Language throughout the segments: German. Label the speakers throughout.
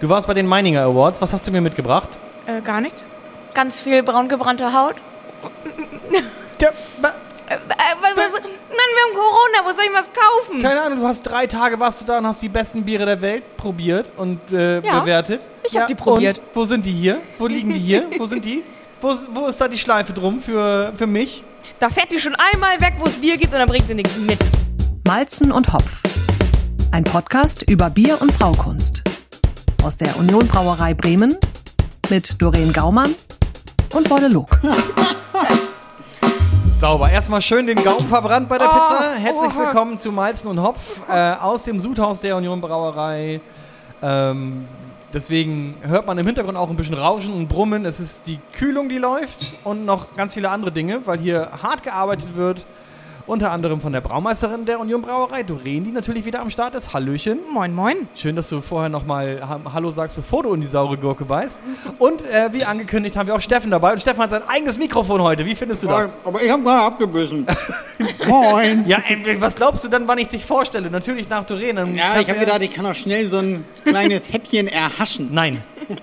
Speaker 1: Du warst bei den Meininger Awards. Was hast du mir mitgebracht?
Speaker 2: Äh, gar nichts. Ganz viel braungebrannte Haut. Äh, äh, was, was, Mann, wir haben Corona, wo soll ich was kaufen?
Speaker 1: Keine Ahnung, du hast drei Tage warst du da und hast die besten Biere der Welt probiert und äh,
Speaker 2: Ja,
Speaker 1: bewertet.
Speaker 2: ich hab die probiert.
Speaker 1: Und wo sind die hier? Wo liegen die hier? Wo sind die? Wo, ist- wo ist da die Schleife drum für, für mich?
Speaker 2: Da fährt die schon einmal weg, wo es Bier gibt und dann bringt sie nichts mit.
Speaker 3: Malzen und Hopf. Ein Podcast über Bier und Braukunst. Aus der Union Brauerei Bremen mit Doreen Gaumann und Wolle Luck.
Speaker 1: Sauber. Erstmal schön den Gaumen verbrannt bei der Pizza. Herzlich willkommen zu Malzen und Hopf äh, aus dem Sudhaus der Union Brauerei. Ähm, deswegen hört man im Hintergrund auch ein bisschen Rauschen und Brummen. Es ist die Kühlung, die läuft und noch ganz viele andere Dinge, weil hier hart gearbeitet wird. Unter anderem von der Braumeisterin der Union Brauerei, Doreen, die natürlich wieder am Start ist. Hallöchen.
Speaker 2: Moin, moin.
Speaker 1: Schön, dass du vorher nochmal Hallo sagst, bevor du in die saure Gurke beißt. Und äh, wie angekündigt haben wir auch Steffen dabei. Und Steffen hat sein eigenes Mikrofon heute. Wie findest du das?
Speaker 4: Aber ich habe gerade abgebissen. Moin.
Speaker 1: Ja, ey, was glaubst du dann, wann ich dich vorstelle? Natürlich nach Doreen. Dann
Speaker 4: Ja, ich
Speaker 1: kannst
Speaker 4: habe
Speaker 1: du ja- äh,
Speaker 4: gedacht, ich kann auch schnell so ein kleines Häppchen erhaschen.
Speaker 1: Nein.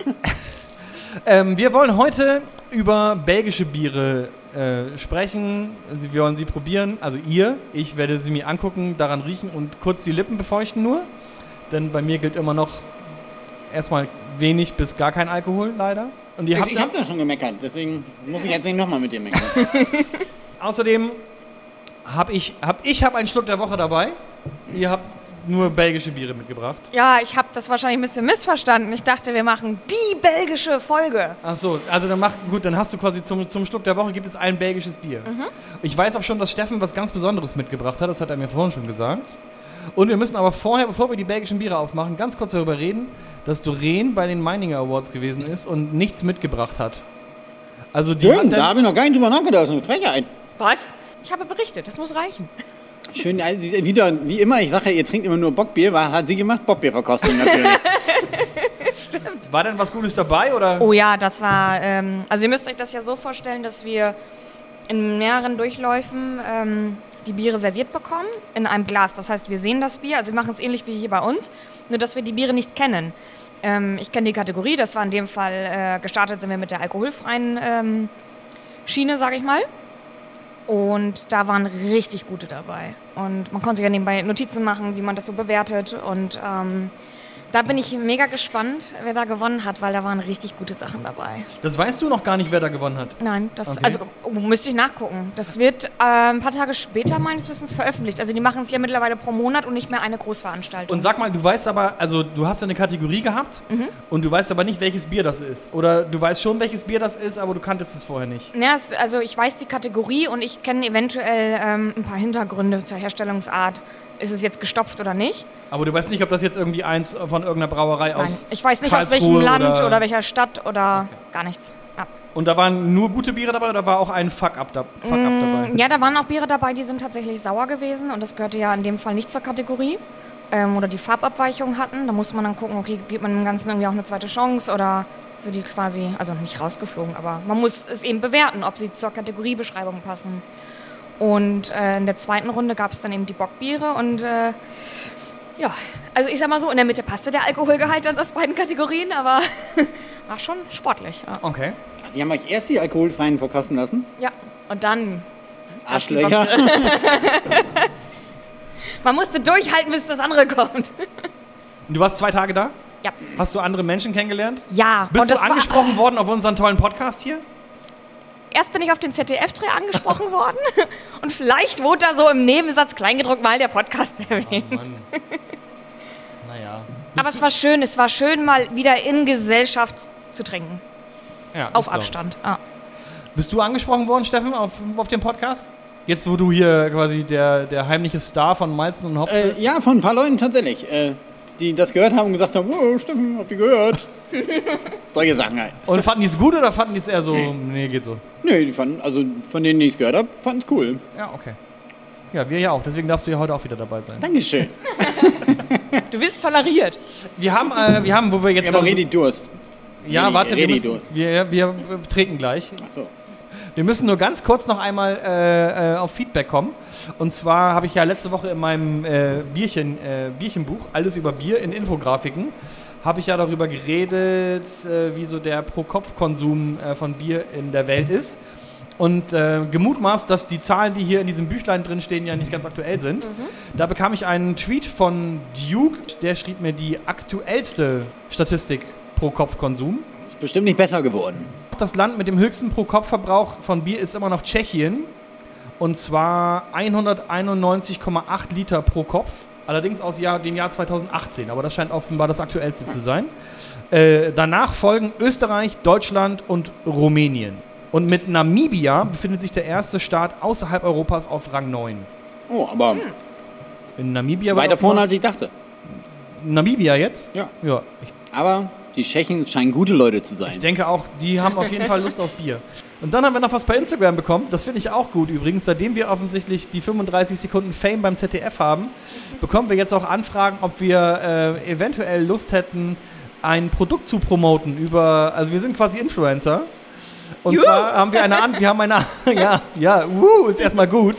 Speaker 1: ähm, wir wollen heute über belgische Biere äh, sprechen. Sie- Wir wollen sie probieren. Also ihr, ich werde sie mir angucken, daran riechen und kurz die Lippen befeuchten nur. Denn bei mir gilt immer noch erstmal wenig bis gar kein Alkohol, leider. Und ihr
Speaker 4: Ich,
Speaker 1: habt
Speaker 4: ich habe da schon gemeckert, deswegen muss ich jetzt nicht nochmal mit dir meckern.
Speaker 1: Außerdem habe ich, hab, ich hab einen Schluck der Woche dabei. Ihr habt nur belgische Biere mitgebracht.
Speaker 2: Ja, ich habe das wahrscheinlich ein bisschen missverstanden. Ich dachte, wir machen die belgische Folge.
Speaker 1: Ach so, also dann mach gut, dann hast du quasi zum, zum Schluck der Woche gibt es ein belgisches Bier. Ich weiß auch schon, dass Steffen was ganz Besonderes mitgebracht hat, das hat er mir vorhin schon gesagt. Und wir müssen aber vorher, bevor wir die belgischen Biere aufmachen, ganz kurz darüber reden, dass Doreen bei den Meininger Awards gewesen ist und nichts mitgebracht hat. Also die hat
Speaker 4: Schön,
Speaker 1: dann-
Speaker 4: da habe ich noch gar nicht drüber nachgedacht. Das ist eine Frechheit.
Speaker 2: Was? Ich habe berichtet, das muss reichen.
Speaker 4: Schön, also wieder, wie immer, ich sage ja, ihr trinkt immer nur Bockbier. Was hat sie gemacht? Bockbierverkostung natürlich.
Speaker 1: war denn was Gutes dabei oder?
Speaker 2: Oh ja, das war. Ähm, also, ihr müsst euch das ja so vorstellen, dass wir in mehreren Durchläufen ähm, die Biere serviert bekommen in einem Glas. Das heißt, wir sehen das Bier, also wir machen es ähnlich wie hier bei uns, nur dass wir die Biere nicht kennen. Ähm, ich kenne die Kategorie, das war in dem Fall, äh, gestartet sind wir mit der alkoholfreien ähm, Schiene, sage ich mal. Und da waren richtig gute dabei. Und man konnte sich ja nebenbei Notizen machen, wie man das so bewertet. Und ähm, da bin ich mega gespannt, wer da gewonnen hat, weil da waren richtig gute Sachen dabei.
Speaker 1: Das weißt du noch gar nicht, wer da gewonnen hat.
Speaker 2: Nein, das
Speaker 1: Okay.
Speaker 2: also oh, müsste ich nachgucken. Das wird äh, ein paar Tage später meines Wissens veröffentlicht. Also die machen es ja mittlerweile pro Monat und nicht mehr eine Großveranstaltung.
Speaker 1: Und sag mal, du weißt aber, also du hast ja eine Kategorie gehabt und du weißt aber nicht, welches Bier das ist. Oder du weißt schon, welches Bier das ist, aber du kanntest es vorher nicht.
Speaker 2: ja, es, also ich weiß die Kategorie und ich kenne eventuell ähm, ein paar Hintergründe zur Herstellungsart. Ist es jetzt gestopft oder nicht?
Speaker 1: Aber du weißt nicht, ob das jetzt irgendwie eins von irgendeiner Brauerei
Speaker 2: Nein.
Speaker 1: aus.
Speaker 2: Ich weiß nicht, aus
Speaker 1: Karlsruhe
Speaker 2: welchem Land oder,
Speaker 1: oder
Speaker 2: welcher Stadt oder gar nichts. Ja.
Speaker 1: Und da waren nur gute Biere dabei oder war auch ein Fuck-Up da, Fuck up dabei?
Speaker 2: Mm, Ja, da waren auch Biere dabei, die sind tatsächlich sauer gewesen und das gehörte ja in dem Fall nicht zur Kategorie. Ähm, oder die Farbabweichung hatten. Da musste man dann gucken, okay, gibt man dem Ganzen irgendwie auch eine zweite Chance oder sind die quasi, also nicht rausgeflogen, aber man muss es eben bewerten, ob sie zur Kategoriebeschreibung passen. Und äh, in der zweiten Runde gab es dann eben die Bockbiere und äh, ja, also ich sag mal so, in der Mitte passte der Alkoholgehalt dann aus beiden Kategorien, aber war schon sportlich. Ja,
Speaker 1: Okay.
Speaker 4: Die haben euch erst die Alkoholfreien verkosten lassen.
Speaker 2: ja. und dann
Speaker 4: Arschlöcher.
Speaker 2: Man musste durchhalten, bis das andere kommt.
Speaker 1: Und du warst zwei Tage da?
Speaker 2: Ja.
Speaker 1: Hast du andere Menschen kennengelernt?
Speaker 2: Ja.
Speaker 1: Bist
Speaker 2: und das
Speaker 1: du angesprochen worden auf unseren tollen Podcast hier?
Speaker 2: War, erst bin ich auf den ZDF-Dreh angesprochen worden. Und vielleicht wurde da so im Nebensatz kleingedruckt mal der Podcast erwähnt.
Speaker 1: Oh Mann. naja.
Speaker 2: Aber es war schön. Es war schön, mal wieder in Gesellschaft zu trinken.
Speaker 1: Ja, das
Speaker 2: Auf
Speaker 1: glaub ich.
Speaker 2: Abstand. Ah.
Speaker 1: Bist du angesprochen worden, Steffen, auf, auf dem Podcast? Jetzt, wo du hier quasi der, der heimliche Star von Malzen und Hopf bist?
Speaker 4: Äh, ja, von ein paar Leuten tatsächlich, äh, die das gehört haben und gesagt haben, oh, Steffen, habt ihr gehört? Solche Sachen halt.
Speaker 1: Und fanden die es gut oder fanden die es eher so, nee, geht so?
Speaker 4: Nö, die fanden, also von denen, die ich gehört habe, fanden es cool.
Speaker 1: Ja, okay. Ja, wir ja auch. Deswegen darfst du ja heute auch wieder dabei sein.
Speaker 4: Dankeschön.
Speaker 2: Du wirst toleriert.
Speaker 1: Wir haben, äh, wir haben, wo wir jetzt...
Speaker 4: Ja, aber
Speaker 1: gerade-
Speaker 4: rede Durst.
Speaker 1: ja
Speaker 4: redi-
Speaker 1: warte, wir,
Speaker 4: redi
Speaker 1: müssen,
Speaker 4: durch.
Speaker 1: wir, wir äh, trinken gleich.
Speaker 4: Achso.
Speaker 1: Wir müssen nur ganz kurz noch einmal äh, äh, auf Feedback kommen. Und zwar habe ich ja letzte Woche in meinem äh, Bierchen, äh, Bierchenbuch alles über Bier in Infografiken habe ich ja darüber geredet, äh, wie so der Pro-Kopf-Konsum äh, von Bier in der Welt ist. Und äh, gemutmaßt, dass die Zahlen, die hier in diesem Büchlein drin stehen, ja nicht ganz aktuell sind. Da bekam ich einen Tweet von Duke, der schrieb mir die aktuellste Statistik pro Kopf-Konsum.
Speaker 5: Ist bestimmt nicht besser geworden.
Speaker 1: Das Land mit dem höchsten Pro-Kopf-Verbrauch von Bier ist immer noch Tschechien. Und zwar 191,8 Liter pro Kopf. Allerdings aus Jahr, dem Jahr 2018. Aber das scheint offenbar das aktuellste zu sein. Äh, danach folgen Österreich, Deutschland und Rumänien. Und mit Namibia befindet sich der erste Staat außerhalb Europas auf Rang 9.
Speaker 5: Oh, aber
Speaker 1: In Namibia war
Speaker 5: weiter
Speaker 1: offenbar-
Speaker 5: vorne als ich dachte.
Speaker 1: Namibia jetzt?
Speaker 5: Ja.
Speaker 1: Ja, ich
Speaker 5: Aber die Tschechen scheinen gute Leute zu
Speaker 1: Ich
Speaker 5: sein.
Speaker 1: denke auch, die haben auf jeden Fall Lust auf Bier. Und dann haben wir noch was bei Instagram bekommen. Das finde ich auch gut übrigens. Seitdem wir offensichtlich die 35 Sekunden Fame beim ZDF haben, bekommen wir jetzt auch Anfragen, ob wir äh, eventuell Lust hätten, ein Produkt zu promoten über. Also wir sind quasi Influencer. Und zwar haben wir eine An wir haben eine ja, ja, uh, ist erstmal gut.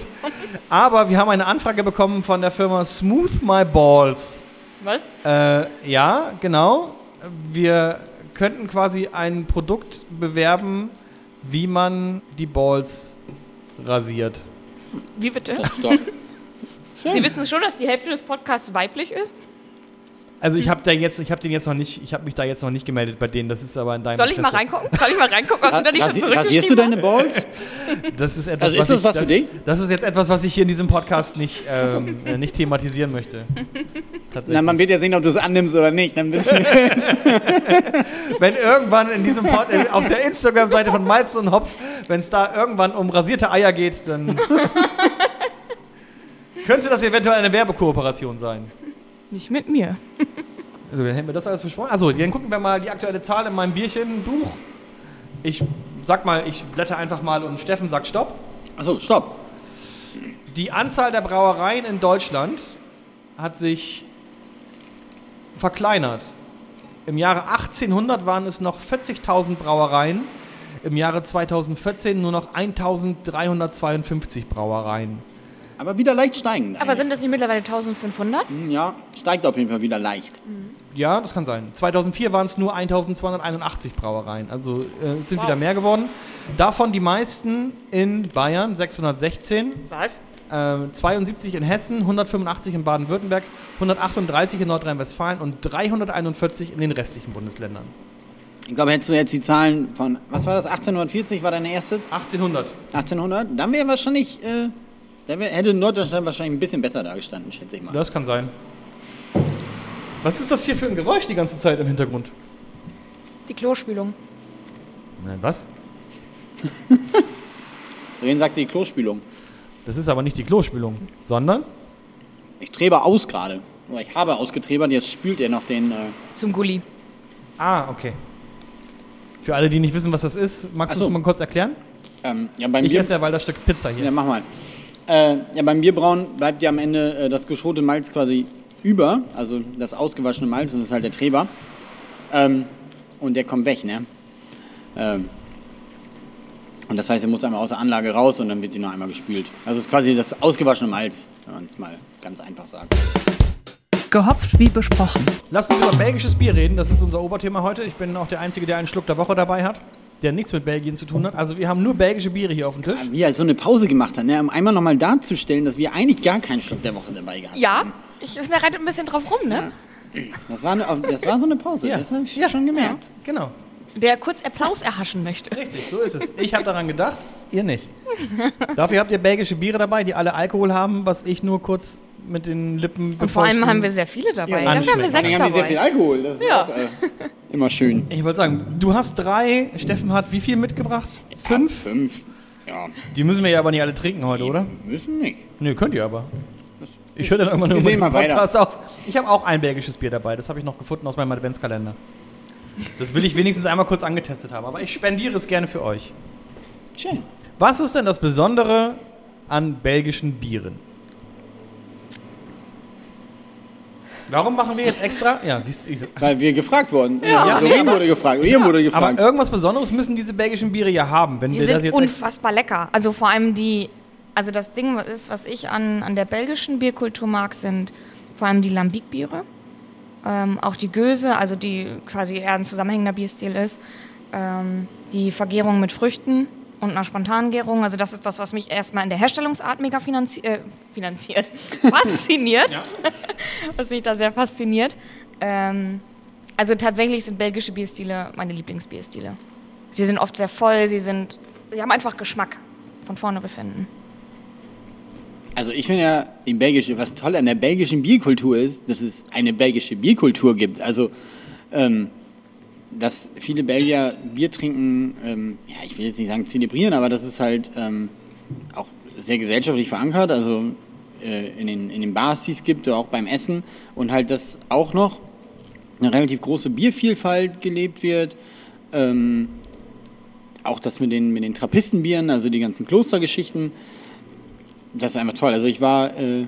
Speaker 1: Aber wir haben eine Anfrage bekommen von der Firma Smooth My Balls.
Speaker 2: Was?
Speaker 1: Äh, ja, genau. Wir könnten quasi ein Produkt bewerben, wie man die Balls rasiert.
Speaker 2: Wie bitte?
Speaker 5: Das ist doch
Speaker 2: Sie wissen schon, dass die Hälfte des Podcasts weiblich ist?
Speaker 1: Also
Speaker 2: Hm.
Speaker 1: ich habe da jetzt, ich habe den jetzt noch nicht, ich habe mich da jetzt noch nicht gemeldet bei denen. Das ist aber in deinem.
Speaker 2: Soll ich mal
Speaker 1: Interesse.
Speaker 2: reingucken? Soll ich mal reingucken, ob du da nicht schon
Speaker 5: Rasi rasierst
Speaker 2: zurückgeschrieben
Speaker 5: du deine Balls?
Speaker 1: Das ist etwas,
Speaker 5: Also ist das
Speaker 1: ich,
Speaker 5: was für dich?
Speaker 1: Das ist jetzt etwas, was ich hier in diesem Podcast nicht, ähm, äh, nicht thematisieren möchte.
Speaker 5: Na,
Speaker 1: Tatsächlich.
Speaker 5: man wird ja sehen, ob du es annimmst oder nicht. Dann bist du
Speaker 1: wenn irgendwann in diesem Pod äh, auf der Instagram-Seite von Malz und Hopf, wenn es da irgendwann um rasierte Eier geht, dann könnte das eventuell eine Werbekooperation sein.
Speaker 2: hast? Nicht mit mir.
Speaker 1: Also, dann hätten wir das alles besprochen. Also, dann gucken wir mal die aktuelle Zahl in meinem Bierchenbuch. Ich sag mal, ich blätter einfach mal und Steffen sagt Stopp.
Speaker 5: Achso, stopp.
Speaker 1: Die Anzahl der Brauereien in Deutschland hat sich verkleinert. Im Jahre 1800 waren es noch 40.000 Brauereien, im Jahre 2014 nur noch 1.352 Brauereien.
Speaker 5: Aber wieder leicht steigen.
Speaker 2: Aber sind das nicht mittlerweile 1500?
Speaker 5: ja, steigt auf jeden Fall wieder leicht.
Speaker 1: Ja, das kann sein. 2004 waren es nur 1281 Brauereien. Also äh, es sind wieder mehr geworden. Davon die meisten in Bayern, 616,
Speaker 2: Was?
Speaker 1: äh, 72 in Hessen, 185 in Baden-Württemberg, 138 in Nordrhein-Westfalen und 341 in den restlichen Bundesländern.
Speaker 5: Ich glaube, hättest du jetzt die Zahlen von, was war das, 1840 war deine erste?
Speaker 1: 1800.
Speaker 5: 1800? Dann wäre wahrscheinlich, äh, dann wär, hätte Norddeutschland wahrscheinlich ein bisschen besser dargestanden, schätze ich mal.
Speaker 1: Das kann sein. Was ist das hier für ein Geräusch die ganze Zeit im Hintergrund?
Speaker 2: Die Klospülung.
Speaker 1: Nein, was?
Speaker 5: Ren sagt die Klospülung.
Speaker 1: Das ist aber nicht die Klospülung, sondern
Speaker 5: Ich trebe aus gerade. Oder ich habe ausgetrebert, jetzt spült er noch den, äh,
Speaker 2: Zum Gulli.
Speaker 1: Ah, okay. Für alle, die nicht wissen, was das ist, magst
Speaker 5: Ach
Speaker 1: du
Speaker 5: so.
Speaker 1: es mal kurz erklären?
Speaker 5: ähm, ja, beim
Speaker 1: Ich
Speaker 5: Bier.
Speaker 1: esse ja weil das Stück Pizza hier.
Speaker 5: Ja, mach mal. Äh, ja, beim Bierbrauen bleibt ja am Ende äh, das geschrote Malz quasi über, also das ausgewaschene Malz, und das ist halt der Treber. Ähm, und der kommt weg, ne? Ähm, und das heißt, er muss einmal aus der Anlage raus und dann wird sie noch einmal gespült. Also es ist quasi das ausgewaschene Malz, wenn man es mal ganz einfach sagt.
Speaker 3: Gehopft wie besprochen.
Speaker 1: Lass uns über belgisches Bier reden, das ist unser Oberthema heute. Ich bin auch der Einzige, der einen Schluck der Woche dabei hat, der nichts mit Belgien zu tun hat. Also wir haben nur belgische Biere hier auf dem Tisch.
Speaker 5: Wie er so eine Pause gemacht hat, ne? um einmal nochmal darzustellen, dass wir eigentlich gar keinen Schluck der Woche dabei gehabt
Speaker 2: Ja,
Speaker 5: haben.
Speaker 2: ich da reitet ein bisschen drauf rum, ne?
Speaker 5: Das war, eine, das war so eine Pause,
Speaker 1: Ja.
Speaker 5: das habe ich schon gemerkt.
Speaker 1: Genau,
Speaker 2: Der kurz Applaus erhaschen möchte.
Speaker 1: richtig, so ist es. Ich habe daran gedacht, ihr nicht. Dafür habt ihr belgische Biere dabei, die alle Alkohol haben, was ich nur kurz mit den Lippen
Speaker 2: Und vor allem
Speaker 1: befeuchten-
Speaker 2: haben wir sehr viele dabei.
Speaker 1: Ja,
Speaker 2: Dafür haben wir
Speaker 1: anschmecken.
Speaker 2: sechs
Speaker 5: Dann haben wir sehr viel
Speaker 2: dabei.
Speaker 5: Alkohol, das ist
Speaker 2: Ja.
Speaker 5: auch äh, immer schön.
Speaker 1: Ich wollte sagen, du hast drei, Steffen hat wie viel mitgebracht? Fünf?
Speaker 5: Fünf. Ja,
Speaker 1: Die müssen wir ja aber nicht alle trinken heute, oder?
Speaker 5: müssen nicht.
Speaker 1: Nö, könnt ihr aber. Ich höre dann irgendwann
Speaker 5: Wir
Speaker 1: irgendwann
Speaker 5: sehen mal
Speaker 1: den
Speaker 5: weiter.
Speaker 1: Podcast auf. Ich habe auch ein belgisches Bier dabei. Das habe ich noch gefunden aus meinem Adventskalender. Das will ich wenigstens einmal kurz angetestet haben. Aber ich spendiere es gerne für euch.
Speaker 5: Schön.
Speaker 1: Was ist denn das Besondere an belgischen Bieren? Warum machen wir jetzt extra? Ja, siehst du.
Speaker 5: Weil wir gefragt wurden.
Speaker 1: Ja,
Speaker 5: Ja,
Speaker 1: nee,
Speaker 5: Doreen
Speaker 1: aber-
Speaker 5: wurde gefragt, ihr wurde
Speaker 1: Aber
Speaker 5: gefragt.
Speaker 1: irgendwas Besonderes müssen diese belgischen Biere ja haben, wenn
Speaker 2: Die
Speaker 1: wir das
Speaker 2: sind
Speaker 1: jetzt extra-
Speaker 2: unfassbar lecker. Also vor allem die, also das Ding ist, was ich an, an der belgischen Bierkultur mag, sind vor allem die Lambic-Biere. Ähm, auch die Göse, also die quasi eher ein zusammenhängender Bierstil ist. Ähm, die Vergärung mit Früchten und einer Spontangärung. Also das ist das, was mich erstmal in der Herstellungsart mega finanzi äh, finanziert, fasziniert. was mich da sehr fasziniert. Ähm, also tatsächlich sind belgische Bierstile meine Lieblingsbierstile. Sie sind oft sehr voll, sie sind, sie haben einfach Geschmack. Von vorne bis hinten.
Speaker 5: Also ich finde ja, in Belgisch, was toll an der belgischen Bierkultur ist, dass es eine belgische Bierkultur gibt. Also, ähm, dass viele Belgier Bier trinken, ähm, ja, ich will jetzt nicht sagen zelebrieren, aber das ist halt ähm, auch sehr gesellschaftlich verankert, also äh, in, den, in den Bars, die es gibt, auch beim Essen. Und halt, dass auch noch eine relativ große Biervielfalt gelebt wird. Ähm, auch das mit den, mit den Trappistenbieren, also die ganzen Klostergeschichten. Das ist einfach toll. Also ich war äh,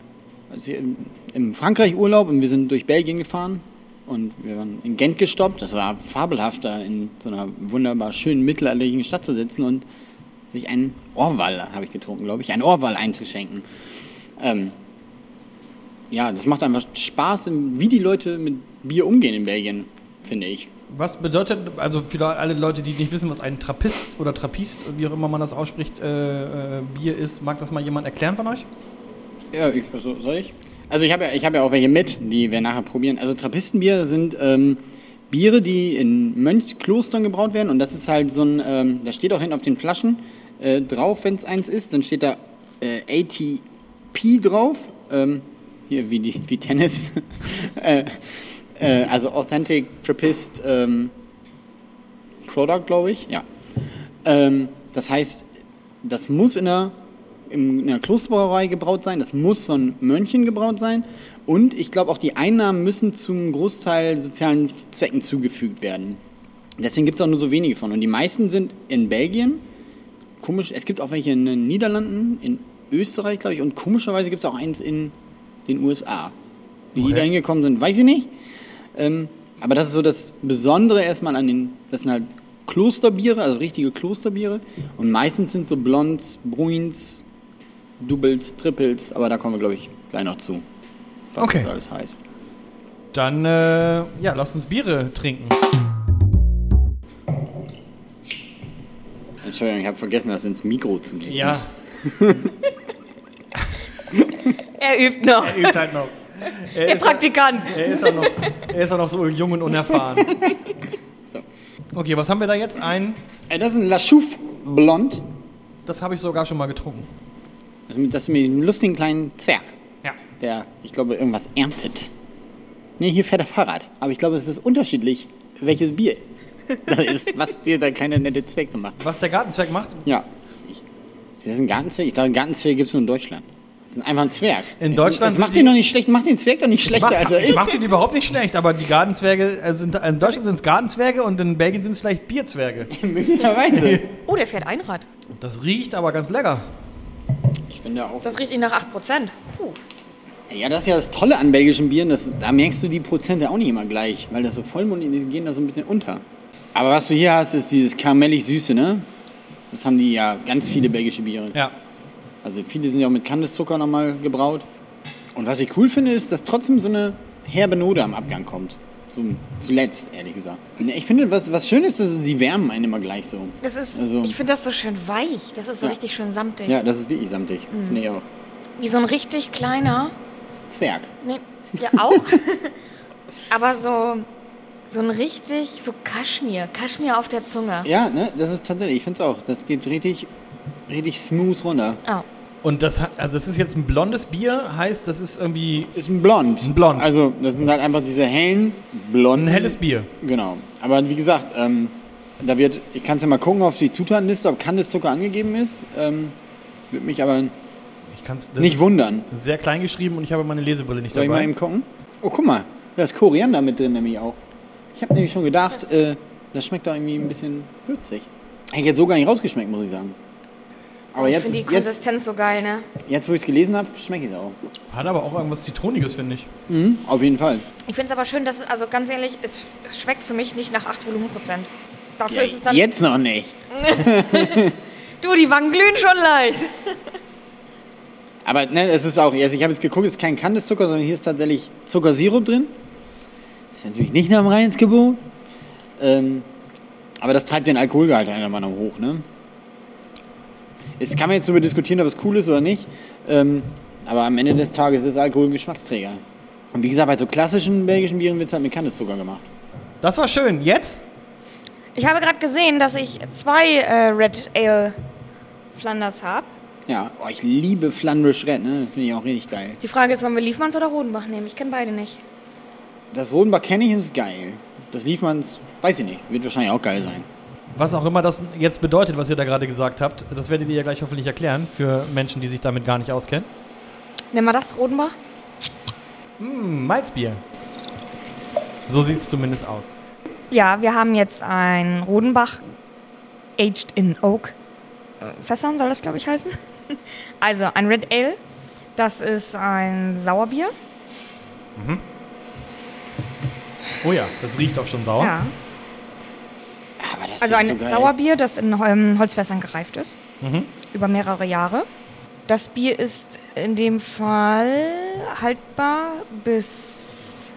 Speaker 5: als ich im- im Frankreich Urlaub und wir sind durch Belgien gefahren und wir waren in Gent gestoppt. Das war fabelhaft, da in so einer wunderbar schönen mittelalterlichen Stadt zu sitzen und sich einen Orwal, habe ich getrunken, glaube ich, einen Orwal einzuschenken. Ähm, ja, das macht einfach Spaß, wie die Leute mit Bier umgehen in Belgien, finde ich.
Speaker 1: Was bedeutet, also für alle Leute, die nicht wissen, was ein Trappist oder Trappist, wie auch immer man das ausspricht, äh, äh, Bier ist, mag das mal jemand erklären von euch?
Speaker 5: Ja, ich, also, soll ich? Also ich habe ja, ich habe ja auch welche mit, die wir nachher probieren. Also Trappistenbier sind ähm, Biere, die in Mönchsklostern gebraut werden und das ist halt so ein, ähm, da steht auch hinten auf den Flaschen äh, drauf, wenn es eins ist, dann steht da äh, ATP drauf, ähm, hier wie, die, wie Tennis, äh, äh, also Authentic Trappist ähm, Product, glaube ich, ja. Ähm, das heißt, das muss in einer, in einer Klosterbrauerei gebraut sein, das muss von Mönchen gebraut sein und ich glaube auch die Einnahmen müssen zum Großteil sozialen Zwecken zugefügt werden. Deswegen gibt es auch nur so wenige von und die meisten sind in Belgien, komisch, es gibt auch welche in den Niederlanden, in Österreich glaube ich und komischerweise gibt es auch eins in den USA. Wie die
Speaker 1: Woher?
Speaker 5: da hingekommen sind, weiß ich nicht. Ähm, aber das ist so das Besondere erstmal an den, das sind halt Klosterbiere, also richtige Klosterbiere. Und meistens sind so Blonds, Bruins, Doubles, Triples, aber da kommen wir, glaube ich, gleich noch zu, was
Speaker 1: Okay.
Speaker 5: das alles heißt.
Speaker 1: Dann, äh, ja, lasst uns Biere trinken.
Speaker 5: Entschuldigung, ich habe vergessen, das ins Mikro zu gießen.
Speaker 2: Er übt noch.
Speaker 1: übt halt noch. Er
Speaker 2: Der
Speaker 1: ist,
Speaker 2: Praktikant.
Speaker 1: er, ist auch noch er ist auch noch so jung und unerfahren.
Speaker 5: So.
Speaker 1: Okay, was haben wir da jetzt? Ein,
Speaker 5: Äh, das ist ein La Chouffe Blond,
Speaker 1: das habe ich sogar schon mal getrunken.
Speaker 5: das ist mit- das ist mit einem lustigen kleinen Zwerg,
Speaker 1: Ja.
Speaker 5: der, ich glaube, irgendwas erntet. Nee, hier fährt er Fahrrad. Aber ich glaube, es ist unterschiedlich, welches Bier das ist, was dir da keine nette Zweck zu machen.
Speaker 1: Was der Gartenzwerg macht?
Speaker 5: Ja. Ich, ist das ein Gartenzwerg? Ich dachte, Gartenzwerg gibt es nur in Deutschland. Das ist einfach ein Zwerg.
Speaker 1: In
Speaker 5: Jetzt-
Speaker 1: Deutschland
Speaker 5: Jetzt
Speaker 1: sind
Speaker 5: macht
Speaker 1: die-
Speaker 5: den doch nicht schlecht, macht den Zwerg doch nicht schlechter, als er
Speaker 1: ich
Speaker 5: ist.
Speaker 1: mach den überhaupt nicht schlecht, aber die Gartenzwerge, also in, in Deutschland sind es Gartenzwerge und in Belgien sind es vielleicht Bierzwerge.
Speaker 5: Möglicherweise.
Speaker 2: Oh, der fährt Einrad.
Speaker 1: Das riecht aber ganz lecker.
Speaker 5: Ich finde auch.
Speaker 2: Das riecht ihn nach 8%. Puh.
Speaker 5: ja, das ist ja das Tolle an belgischen Bieren, dass, da merkst du die Prozente auch nicht immer gleich, weil das so vollmundig ist, die gehen da so ein bisschen unter. Aber was du hier hast, ist dieses karamellig-süße, ne? Das haben die ja ganz viele belgische Biere.
Speaker 1: Ja.
Speaker 5: Also viele sind ja auch mit Kandiszucker nochmal gebraut. Und was ich cool finde, ist, dass trotzdem so eine herbe Note am Abgang kommt. Zum, zuletzt, ehrlich gesagt. Ne, Ich finde, was, was schön ist, dass die wärmen einen immer gleich so.
Speaker 2: Das ist,
Speaker 5: Also-
Speaker 2: ich finde das so schön weich. Das ist so
Speaker 5: Ja.
Speaker 2: richtig schön samtig.
Speaker 5: Ja, das ist wirklich samtig.
Speaker 2: Mhm.
Speaker 5: Finde ich auch.
Speaker 2: Wie so ein richtig kleiner.
Speaker 5: Zwerg.
Speaker 2: Nee, ja auch. Aber so, so ein richtig, so Kaschmir. Kaschmir auf der Zunge.
Speaker 5: Ja, ne, das ist tatsächlich, ich finde es auch. Das geht richtig, richtig smooth runter.
Speaker 2: Ja.
Speaker 1: Und das, ha- also es ist jetzt ein blondes Bier, heißt, das ist irgendwie
Speaker 5: Ist ein Blond.
Speaker 1: Ein Blond.
Speaker 5: Also, das sind halt einfach diese hellen, blonden.
Speaker 1: ein helles Bier.
Speaker 5: Genau. Aber wie gesagt, ähm, da wird, ich kann es ja mal gucken auf die Zutatenliste, ob Kandiszucker angegeben ist. Ähm, Würde mich aber
Speaker 1: Ich kann's, das
Speaker 5: Nicht
Speaker 1: ist
Speaker 5: wundern.
Speaker 1: Sehr klein geschrieben und ich habe meine Lesebrille nicht
Speaker 5: Soll ich mal
Speaker 1: dabei.
Speaker 5: eben gucken? Oh, guck mal, da ist Koriander mit drin nämlich auch. Ich habe nämlich schon gedacht, äh, das schmeckt doch irgendwie ein bisschen würzig. Hätte ich jetzt so gar nicht rausgeschmeckt, muss ich sagen. Aber
Speaker 2: ich
Speaker 5: jetzt,
Speaker 2: finde die
Speaker 5: jetzt,
Speaker 2: Konsistenz so geil, ne?
Speaker 5: jetzt, wo ich es gelesen habe, schmecke ich es auch.
Speaker 1: Hat aber auch irgendwas Zitroniges, finde ich.
Speaker 5: Mhm, auf jeden Fall.
Speaker 2: Ich finde es aber schön, dass es, also ganz ehrlich, es, es schmeckt für mich nicht nach 8 Volumenprozent. Dafür ist es dann.
Speaker 5: jetzt noch nicht.
Speaker 2: Du, die Wangen glühen schon leicht.
Speaker 5: Aber ne, es ist auch, also ich habe jetzt geguckt, es ist kein Kandiszucker, sondern hier ist tatsächlich Zuckersirup drin. Ist natürlich nicht nach dem Reinheitsgebot. Ähm, aber das treibt den Alkoholgehalt einer Meinung hoch, ne? Es kann man jetzt darüber diskutieren, ob es cool ist oder nicht. Ähm, aber am Ende des Tages ist Alkohol ein Geschmacksträger. Und wie gesagt, bei so klassischen belgischen Bieren wird es halt mit Kandiszucker gemacht.
Speaker 1: Das war schön. Jetzt?
Speaker 2: Ich habe gerade gesehen, dass ich zwei äh, Red Ale Flanders habe.
Speaker 5: Ja, oh, ich liebe Flandrisch Red, ne? Finde ich auch richtig geil.
Speaker 2: Die Frage ist, wollen wir Liefmanns oder Rodenbach nehmen? Ich kenne beide nicht.
Speaker 5: Das Rodenbach kenne ich und ist geil. Das Liefmanns, weiß ich nicht, wird wahrscheinlich auch geil sein.
Speaker 1: Was auch immer das jetzt bedeutet, was ihr da gerade gesagt habt, das werdet ihr ja gleich hoffentlich erklären für Menschen, die sich damit gar nicht auskennen.
Speaker 2: Nimm mal das, Rodenbach.
Speaker 1: Hm, Malzbier. So sieht es zumindest aus.
Speaker 2: Ja, wir haben jetzt ein Rodenbach Aged in Oak. äh, Fässern soll das, glaube ich, heißen. Also ein Red Ale. Das ist ein Sauerbier.
Speaker 1: Oh ja, das riecht auch schon sauer.
Speaker 2: Ja.
Speaker 5: Aber das
Speaker 2: Also
Speaker 5: ist so
Speaker 2: ein
Speaker 5: geil. Mhm.
Speaker 2: Sauerbier, das in ähm, Holzfässern gereift ist. Über mehrere Jahre. Das Bier ist in dem Fall haltbar bis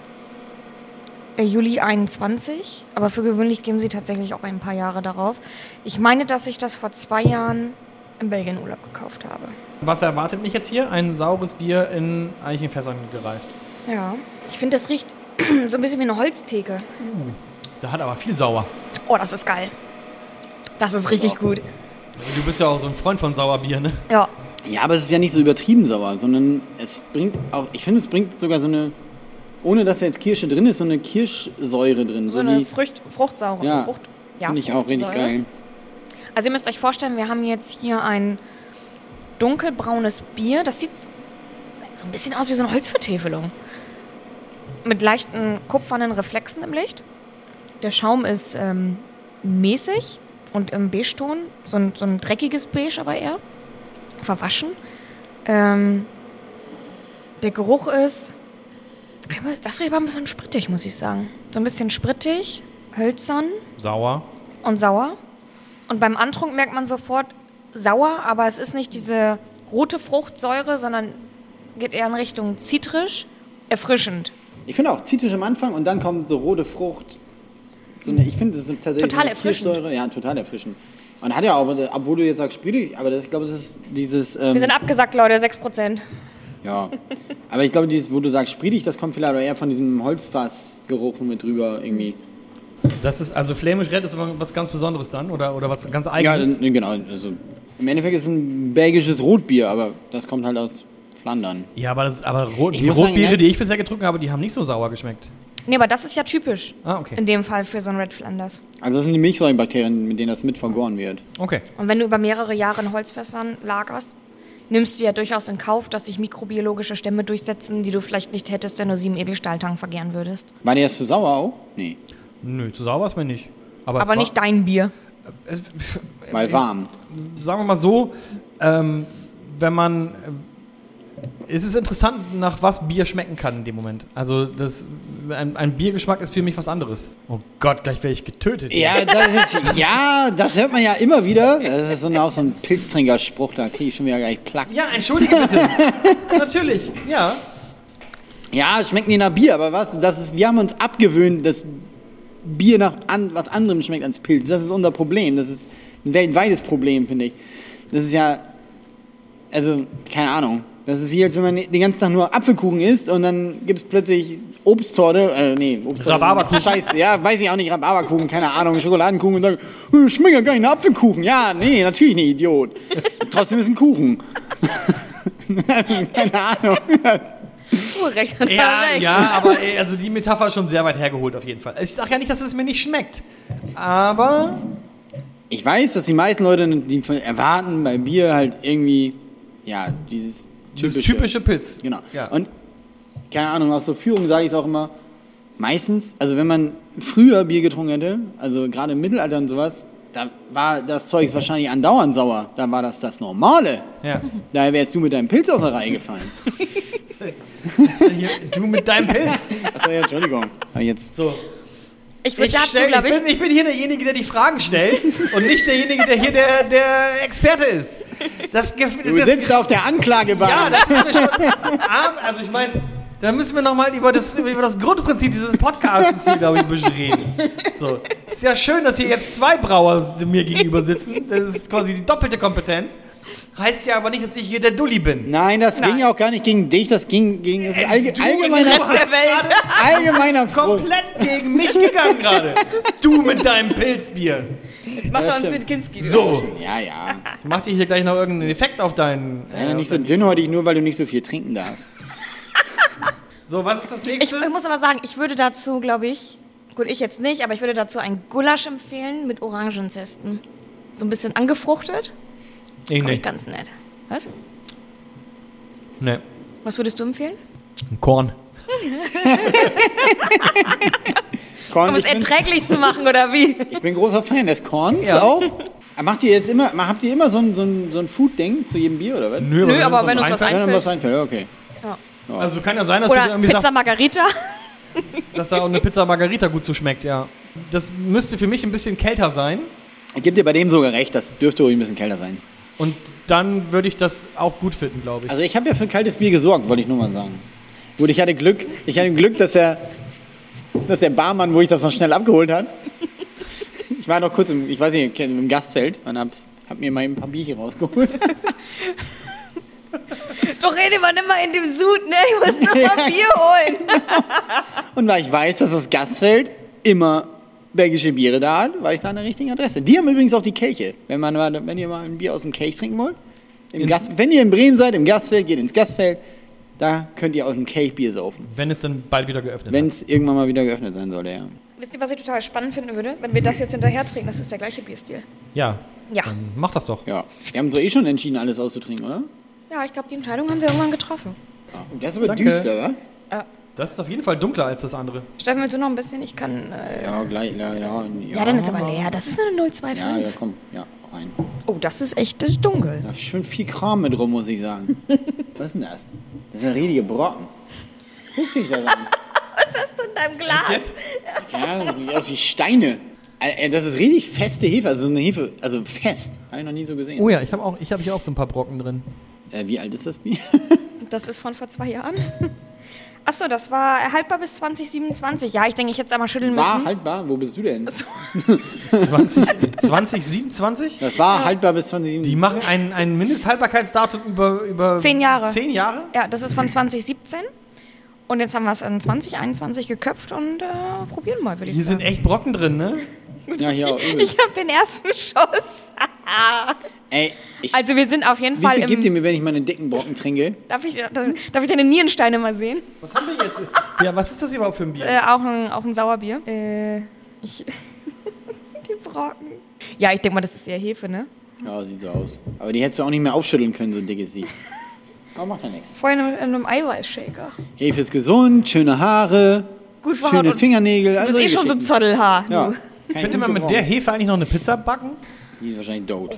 Speaker 2: äh, Juli 21. Aber für gewöhnlich geben sie tatsächlich auch ein paar Jahre darauf. Ich meine, dass ich das vor zwei Jahren im Belgien Urlaub gekauft habe.
Speaker 1: Was erwartet mich jetzt hier? Ein saures Bier in Eichenfässern gereift.
Speaker 2: Ja. Ich finde, das riecht so ein bisschen wie eine Holztheke.
Speaker 1: Da hat aber viel sauer.
Speaker 2: Oh, das ist geil. Das ist richtig gut.
Speaker 1: Du bist ja auch so ein Freund von Sauerbier, ne?
Speaker 2: Ja.
Speaker 5: Ja, aber es ist ja nicht so übertrieben sauer, sondern es bringt auch, ich finde, es bringt sogar so eine, ohne dass da jetzt Kirsche drin ist, so eine Kirschsäure drin.
Speaker 2: So eine
Speaker 5: die-
Speaker 2: Frucht, Fruchtsaure.
Speaker 5: Ja,
Speaker 2: Frucht,
Speaker 5: Finde ich auch richtig
Speaker 2: Fruchtsäure.
Speaker 5: geil.
Speaker 2: Also ihr müsst euch vorstellen, wir haben jetzt hier ein dunkelbraunes Bier. Das sieht so ein bisschen aus wie so eine Holzvertäfelung. Mit leichten kupfernen Reflexen im Licht. Der Schaum ist ähm, mäßig und im Beige-Ton. So ein, so ein dreckiges Beige aber eher. Verwaschen. Ähm, der Geruch ist... Das riecht aber ein bisschen sprittig, muss ich sagen. So ein bisschen sprittig, hölzern
Speaker 1: Sauer.
Speaker 2: und sauer. Und beim Antrunk merkt man sofort sauer, aber es ist nicht diese rote Fruchtsäure, sondern geht eher in Richtung zitrisch, erfrischend.
Speaker 5: Ich finde auch zitrisch am Anfang und dann kommt so rote Frucht. So eine, ich finde, das ist tatsächlich
Speaker 2: Total
Speaker 5: eine
Speaker 2: erfrischend.
Speaker 5: Kirschsäure. Ja, total erfrischend. Und hat ja auch, obwohl du jetzt sagst, spiritig, aber das, ich glaube, das ist dieses. Ähm,
Speaker 2: Wir sind abgesackt, Leute, 6%.
Speaker 5: ja. aber ich glaube, dieses, wo du sagst, spiritig, das kommt vielleicht auch eher von diesem Holzfassgeruch mit drüber irgendwie.
Speaker 1: Das ist, also Flämisch Red ist immer was ganz Besonderes dann oder, oder was ganz
Speaker 5: Ja,
Speaker 1: Eigenes.
Speaker 5: das, nee, genau. Also, Im Endeffekt ist es ein belgisches Rotbier, aber das kommt halt aus Flandern.
Speaker 1: Ja, aber, das, aber Rot,
Speaker 5: Ich
Speaker 1: die
Speaker 5: muss sagen,
Speaker 1: Rotbiere,
Speaker 5: ne?
Speaker 1: die ich bisher getrunken habe, die haben nicht so sauer geschmeckt.
Speaker 2: Nee, aber das ist ja typisch.
Speaker 1: Ah, okay.
Speaker 2: In dem Fall für so ein Red Flanders.
Speaker 5: Also das sind die Milchsäurebakterien, mit denen das mit vergoren wird.
Speaker 1: Okay.
Speaker 2: Und wenn du über mehrere Jahre in Holzfässern lagerst, nimmst du ja durchaus in Kauf, dass sich mikrobiologische Stämme durchsetzen, die du vielleicht nicht hättest, wenn du sie im Edelstahltank vergären würdest.
Speaker 5: War dir das zu sauer auch? Nee,
Speaker 1: Nö, zu sauer ist mir nicht. Aber, es
Speaker 2: Aber
Speaker 1: war-
Speaker 2: nicht dein Bier.
Speaker 5: weil warm.
Speaker 1: sagen wir mal so, ähm, wenn man. äh, Es ist interessant, nach was Bier schmecken kann in dem Moment. Also das, ein, ein Biergeschmack ist für mich was anderes. Oh Gott, gleich werde ich getötet. hier.
Speaker 5: Ja, das ist, ja, das hört man ja immer wieder. Das ist so ein, auch so ein Pilztrinkerspruch, da kriege ich schon wieder gleich Plack.
Speaker 1: ja entschuldige bitte. Natürlich, ja.
Speaker 5: Ja, es schmeckt nicht nach Bier, aber was? Das ist, wir haben uns abgewöhnt, dass Bier nach an, was anderem schmeckt als Pilz. Das ist unser Problem. Das ist ein weltweites Problem, finde ich. Das ist ja, also, keine Ahnung. Das ist wie, als wenn man den ganzen Tag nur Apfelkuchen isst und dann gibt es plötzlich Obsttorte, äh, nee, Obsttorte.
Speaker 1: Rhabarberkuchen.
Speaker 5: Scheiße, ja, weiß ich auch nicht, Rhabarberkuchen, keine Ahnung, Schokoladenkuchen und sagen, "Äh, schmeckt ja gar nicht nach Apfelkuchen. Ja, nee, natürlich nicht, Idiot. Trotzdem ist ein Kuchen. keine Ahnung.
Speaker 2: Oh, recht hat er
Speaker 1: Ja,
Speaker 2: recht.
Speaker 1: ja, aber äh, also die Metapher ist schon sehr weit hergeholt auf jeden Fall. Also Ich sage ja nicht, dass es mir nicht schmeckt. Aber
Speaker 5: ich weiß, dass die meisten Leute die von- erwarten bei Bier halt irgendwie, ja, dieses
Speaker 1: dieses
Speaker 5: typische.
Speaker 1: typische Pilz.
Speaker 5: Genau.
Speaker 1: Ja.
Speaker 5: Und keine Ahnung, aus der Führung sage ich es auch immer, meistens, also wenn man früher Bier getrunken hätte, also gerade im Mittelalter und sowas, da war das Zeugs
Speaker 1: Mhm.
Speaker 5: wahrscheinlich andauernd sauer. Da war das das Normale.
Speaker 1: ja.
Speaker 5: Daher wärst du mit deinem Pilz aus der Reihe gefallen.
Speaker 1: Hier, du mit deinem Pilz.
Speaker 5: Achso, ja, Entschuldigung. Aber jetzt.
Speaker 1: So.
Speaker 2: Ich würde
Speaker 1: Ich,
Speaker 2: dazu,
Speaker 1: stell, ich,
Speaker 2: glaube ich,
Speaker 1: bin, ich bin hier derjenige, der die Fragen stellt und nicht derjenige, der hier der, der Experte ist. Das, gef-
Speaker 5: Du
Speaker 1: das,
Speaker 5: sitzt auf der Anklagebank.
Speaker 1: ja, das ist mir schon arm. Also ich meine, Da müssen wir nochmal über das, über das Grundprinzip dieses Podcasts hier, glaube ich, ein bisschen reden. So. Ist ja schön, dass hier jetzt zwei Brauer mir gegenüber sitzen. Das ist quasi die doppelte Kompetenz. Heißt ja aber nicht, dass ich hier der Dulli bin.
Speaker 5: Nein, das ging ja auch gar nicht gegen dich, das ging gegen das ist allge allgemeiner,
Speaker 2: Rest der Welt.
Speaker 5: allgemeiner Frust.
Speaker 1: Komplett gegen mich gegangen gerade. Du mit deinem Pilzbier.
Speaker 2: Jetzt macht
Speaker 5: Ja,
Speaker 2: er uns
Speaker 5: stimmt.
Speaker 2: Witkinski.
Speaker 1: So.
Speaker 5: Ja, ja.
Speaker 1: Ich mach dir hier gleich noch irgendeinen Effekt auf deinen.
Speaker 5: Sei doch nicht so dünnhäutig, nur weil du nicht so viel trinken darfst.
Speaker 1: So, was ist das
Speaker 2: Ich,
Speaker 1: nächste?
Speaker 2: ich muss aber sagen, ich würde dazu, glaube ich, gut, ich jetzt nicht, aber ich würde dazu ein Gulasch empfehlen mit Orangenzesten. So ein bisschen angefruchtet.
Speaker 1: Ich
Speaker 2: Glaub Ich ganz nett. Was?
Speaker 1: Nee.
Speaker 2: Was würdest du empfehlen?
Speaker 1: Ein Korn.
Speaker 5: Korn,
Speaker 2: Um
Speaker 5: ich,
Speaker 2: es
Speaker 5: bin,
Speaker 2: erträglich zu machen, oder wie?
Speaker 5: ich bin großer Fan des Korns
Speaker 1: Ja.
Speaker 5: auch. Aber Macht ihr jetzt immer, habt ihr immer so ein, so ein, so ein Food-Ding zu jedem Bier oder was?
Speaker 1: Nö,
Speaker 2: Nö, aber wenn uns was
Speaker 5: Wenn
Speaker 2: einfällt.
Speaker 5: einem was einfällt, okay.
Speaker 1: Also kann ja sein, dass du
Speaker 2: Oder
Speaker 1: irgendwie
Speaker 2: Pizza
Speaker 1: sagst,
Speaker 2: Margarita?
Speaker 1: dass da auch eine Pizza Margarita gut zu schmeckt, ja. Das müsste für mich ein bisschen kälter sein.
Speaker 5: Ich geb dir bei dem sogar recht, das dürfte ruhig ein bisschen kälter sein.
Speaker 1: Und dann würde ich das auch gut finden, glaube ich.
Speaker 5: Also ich habe ja für kaltes Bier gesorgt, wollte ich nur mal sagen. Gut, ich hatte Glück, ich hatte Glück, dass der, dass der Barmann, wo ich das noch schnell abgeholt hat. Ich war noch kurz im, ich weiß nicht, im Gastfeld und hab's, hab mir mal ein paar Bier hier rausgeholt.
Speaker 2: Doch rede man immer in dem Sud, ne? Ich muss nur mal Bier holen.
Speaker 5: Und weil ich weiß, dass das Gastfeld immer belgische Biere da hat, war ich da an der richtigen Adresse. Die haben übrigens auch die Kelche. Wenn, man, mal- wenn ihr mal ein Bier aus dem Kelch trinken wollt, im Gast, wenn ihr in Bremen seid, im Gastfeld, geht ins Gastfeld, da könnt ihr aus dem Kelch Bier saufen.
Speaker 1: wenn es dann bald wieder geöffnet
Speaker 5: Wenn es irgendwann mal wieder geöffnet sein sollte, ja.
Speaker 2: Wisst ihr, was ich total spannend finden würde? Wenn wir das jetzt hinterher trinken, das ist der gleiche Bierstil.
Speaker 1: wird. Ja.
Speaker 2: Ja.
Speaker 1: Dann mach das doch.
Speaker 5: Ja, wir haben so eh schon entschieden, alles auszutrinken, oder?
Speaker 2: Ja, ich glaube, die Entscheidung haben wir irgendwann getroffen.
Speaker 5: Oh, das ist aber
Speaker 1: Danke.
Speaker 5: düster, wa?
Speaker 1: Das ist auf jeden Fall dunkler als das andere.
Speaker 2: Steffen, willst du noch ein bisschen? Ich kann. Äh,
Speaker 5: Ja, gleich, ja, ja.
Speaker 2: ja, dann ist aber leer. Das ist eine 025.
Speaker 5: Ja, ja, komm, ja, rein.
Speaker 2: Oh, das ist echt das ist dunkel.
Speaker 5: Da schwimmt viel Kram mit rum, muss ich sagen. Was ist denn das? Das ist ein riesiger Brocken. Guck dich das an.
Speaker 2: In deinem Glas.
Speaker 1: Jetzt?
Speaker 5: Ja, auf die Steine. Äh, äh, Das ist richtig feste Hefe, also so eine Hefe, also fest. Habe ich noch nie so gesehen.
Speaker 1: Oh ja, ich habe auch, ich habe hier auch so ein paar Brocken drin.
Speaker 5: Äh, wie alt ist das Bier?
Speaker 2: Das ist von vor zwei Jahren. Achso, das war erhaltbar bis 2027. Ja, ich denke, ich hätte es einmal schütteln
Speaker 5: War halt-
Speaker 2: müssen.
Speaker 5: haltbar, wo bist du denn?
Speaker 1: 20, 2027?
Speaker 5: Das war haltbar bis
Speaker 1: Die
Speaker 5: 2007.
Speaker 1: machen ein, ein Mindesthaltbarkeitsdatum über, über
Speaker 2: Zehn Jahre.
Speaker 1: Zehn Jahre?
Speaker 2: Ja, das ist von 2017. Und jetzt haben wir es in 2021 geköpft und äh, probieren mal, würde ich
Speaker 1: Hier sind
Speaker 2: sagen.
Speaker 1: echt Brocken drin, ne?
Speaker 5: Ja, hier auch. übel.
Speaker 2: Ich habe den ersten Schuss.
Speaker 5: Ey, ich,
Speaker 2: Also wir sind auf jeden
Speaker 5: wie
Speaker 2: Fall
Speaker 5: viel
Speaker 2: im...
Speaker 5: gibt ihr mir, wenn ich meine dicken Brocken trinke?
Speaker 2: darf, ich, äh, darf ich deine Nierensteine mal sehen?
Speaker 1: Was haben wir jetzt? Ja, was ist das überhaupt für ein Bier?
Speaker 2: Äh, auch, ein, auch ein Sauerbier. Äh, ich... Die Brocken. Ja, ich denke mal, das ist eher Hefe, ne?
Speaker 5: Ja, sieht so aus. Aber die hättest du auch nicht mehr aufschütteln können, so ein dickes Sieb. Aber macht ja nichts.
Speaker 2: Vorhin in einem Eiweißshaker.
Speaker 5: Hefe ist gesund, schöne Haare,
Speaker 2: Gut für Haut
Speaker 5: schöne
Speaker 2: und-
Speaker 5: Fingernägel.
Speaker 2: Du
Speaker 5: Also
Speaker 2: bist eh schon so ein Zottelhaar.
Speaker 5: Ja.
Speaker 2: du.
Speaker 5: Kann
Speaker 1: Könnte
Speaker 5: ich
Speaker 1: man
Speaker 5: gut
Speaker 1: mit der
Speaker 5: gebrauchen.
Speaker 1: Hefe eigentlich noch eine Pizza backen?
Speaker 5: Die ist wahrscheinlich tot.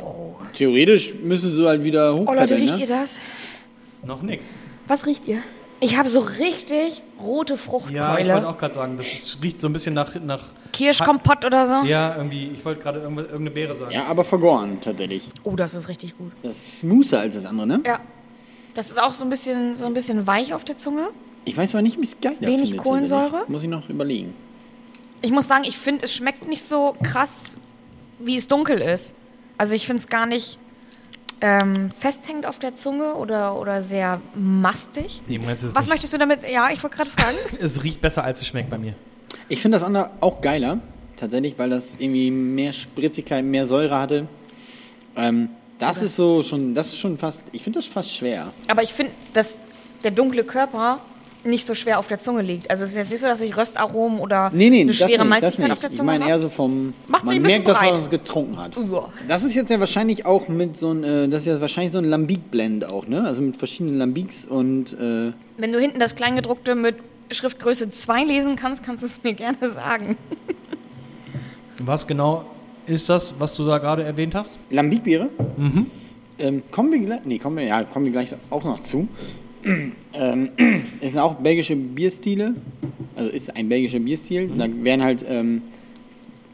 Speaker 5: Theoretisch müsstest du halt wieder
Speaker 2: Oh Leute,
Speaker 5: hochklettern,
Speaker 2: riecht ihr
Speaker 5: ne?
Speaker 2: das?
Speaker 1: Noch nix.
Speaker 2: Was riecht ihr? Ich habe so richtig rote
Speaker 1: Ja, ich
Speaker 2: Fruchtkeule.
Speaker 1: wollte auch gerade sagen, das ist, riecht so ein bisschen nach, nach.
Speaker 2: Kirschkompott oder so.
Speaker 1: Ja, irgendwie, ich wollte gerade irgendwas- irgendeine Beere sagen.
Speaker 5: Ja, aber vergoren, tatsächlich.
Speaker 2: Oh, das ist richtig gut.
Speaker 5: Das ist smoother als das andere, ne?
Speaker 2: Ja. Das ist auch so ein bisschen, so ein bisschen weich auf der Zunge.
Speaker 5: Ich weiß aber nicht, wie es geil ist.
Speaker 2: Wenig Kohlensäure?
Speaker 5: Muss ich noch überlegen.
Speaker 2: Ich muss sagen, ich finde, es schmeckt nicht so krass, wie es dunkel ist. Also ich finde es gar nicht ähm, festhängend auf der Zunge oder, oder sehr mastig.
Speaker 1: Nee, meinst du, es,
Speaker 2: Was
Speaker 1: nicht,
Speaker 2: möchtest du damit? Ja, ich wollte gerade fragen.
Speaker 1: es riecht besser, als es schmeckt bei mir.
Speaker 5: Ich finde das andere auch geiler, tatsächlich, weil das irgendwie mehr Spritzigkeit, mehr Säure hatte. Ähm, das ist so schon, das ist schon fast, ich finde das fast schwer.
Speaker 2: Aber ich finde, dass der dunkle Körper nicht so schwer auf der Zunge liegt. Also es ist jetzt nicht so, dass ich Röstaromen oder
Speaker 5: Nee, nee,
Speaker 2: eine
Speaker 5: das
Speaker 2: schwere
Speaker 5: nicht, das
Speaker 2: Malzigkeit
Speaker 5: nicht.
Speaker 2: auf der
Speaker 5: Ich
Speaker 2: Zunge
Speaker 5: meine
Speaker 2: habe.
Speaker 5: eher so vom,
Speaker 2: Macht sich
Speaker 5: man
Speaker 2: ein bisschen
Speaker 5: merkt, dass man
Speaker 2: breit.
Speaker 5: das getrunken hat.
Speaker 2: Ja.
Speaker 5: Das ist jetzt ja wahrscheinlich auch mit so ein, äh, das ist ja wahrscheinlich so ein Lambic-Blend auch, ne? Also mit verschiedenen Lambics und, äh,
Speaker 2: Wenn du hinten das Kleingedruckte mit Schriftgröße 2 lesen kannst, kannst du es mir gerne sagen.
Speaker 1: Was genau ist das, was du da gerade erwähnt hast?
Speaker 5: Lambic-Biere. Ähm, kommen wir gleich, nee, kommen wir, ja, kommen wir gleich auch noch zu. ähm, es sind auch belgische Bierstile, also ist ein belgischer Bierstil. Da werden halt ähm,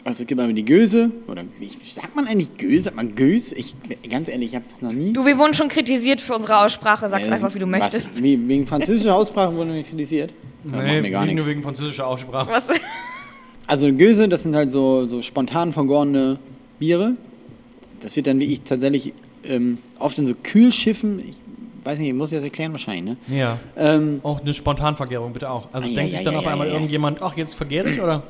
Speaker 5: Also es gibt einmal die Göse, oder wie sagt man eigentlich Göse? Sagt man Gös? Ich, ganz ehrlich, ich habe das noch nie. ähm,
Speaker 2: Du, wir wurden schon kritisiert für unsere Aussprache. Sag's einfach, wie du
Speaker 5: Was?
Speaker 2: möchtest.
Speaker 5: Wie, wegen französischer Aussprache wurden wir kritisiert? Ja, macht mir gar
Speaker 1: nicht
Speaker 5: nichts.
Speaker 1: nur wegen französischer Aussprache.
Speaker 2: Was?
Speaker 5: Also Göse, das sind halt so, so spontan vergorene Biere. Das wird dann, wie ich tatsächlich, ähm, oft in so Kühlschiffen, ich weiß nicht, ich muss das erklären wahrscheinlich, ne?
Speaker 1: Ja.
Speaker 5: Ähm,
Speaker 1: Auch eine Spontanvergärung, bitte auch. Also
Speaker 5: Ei,
Speaker 1: denkt
Speaker 5: ei,
Speaker 1: sich dann
Speaker 5: ei,
Speaker 1: auf
Speaker 5: ei,
Speaker 1: einmal
Speaker 5: ei, ei.
Speaker 1: irgendjemand, ach, jetzt vergäre ich, oder?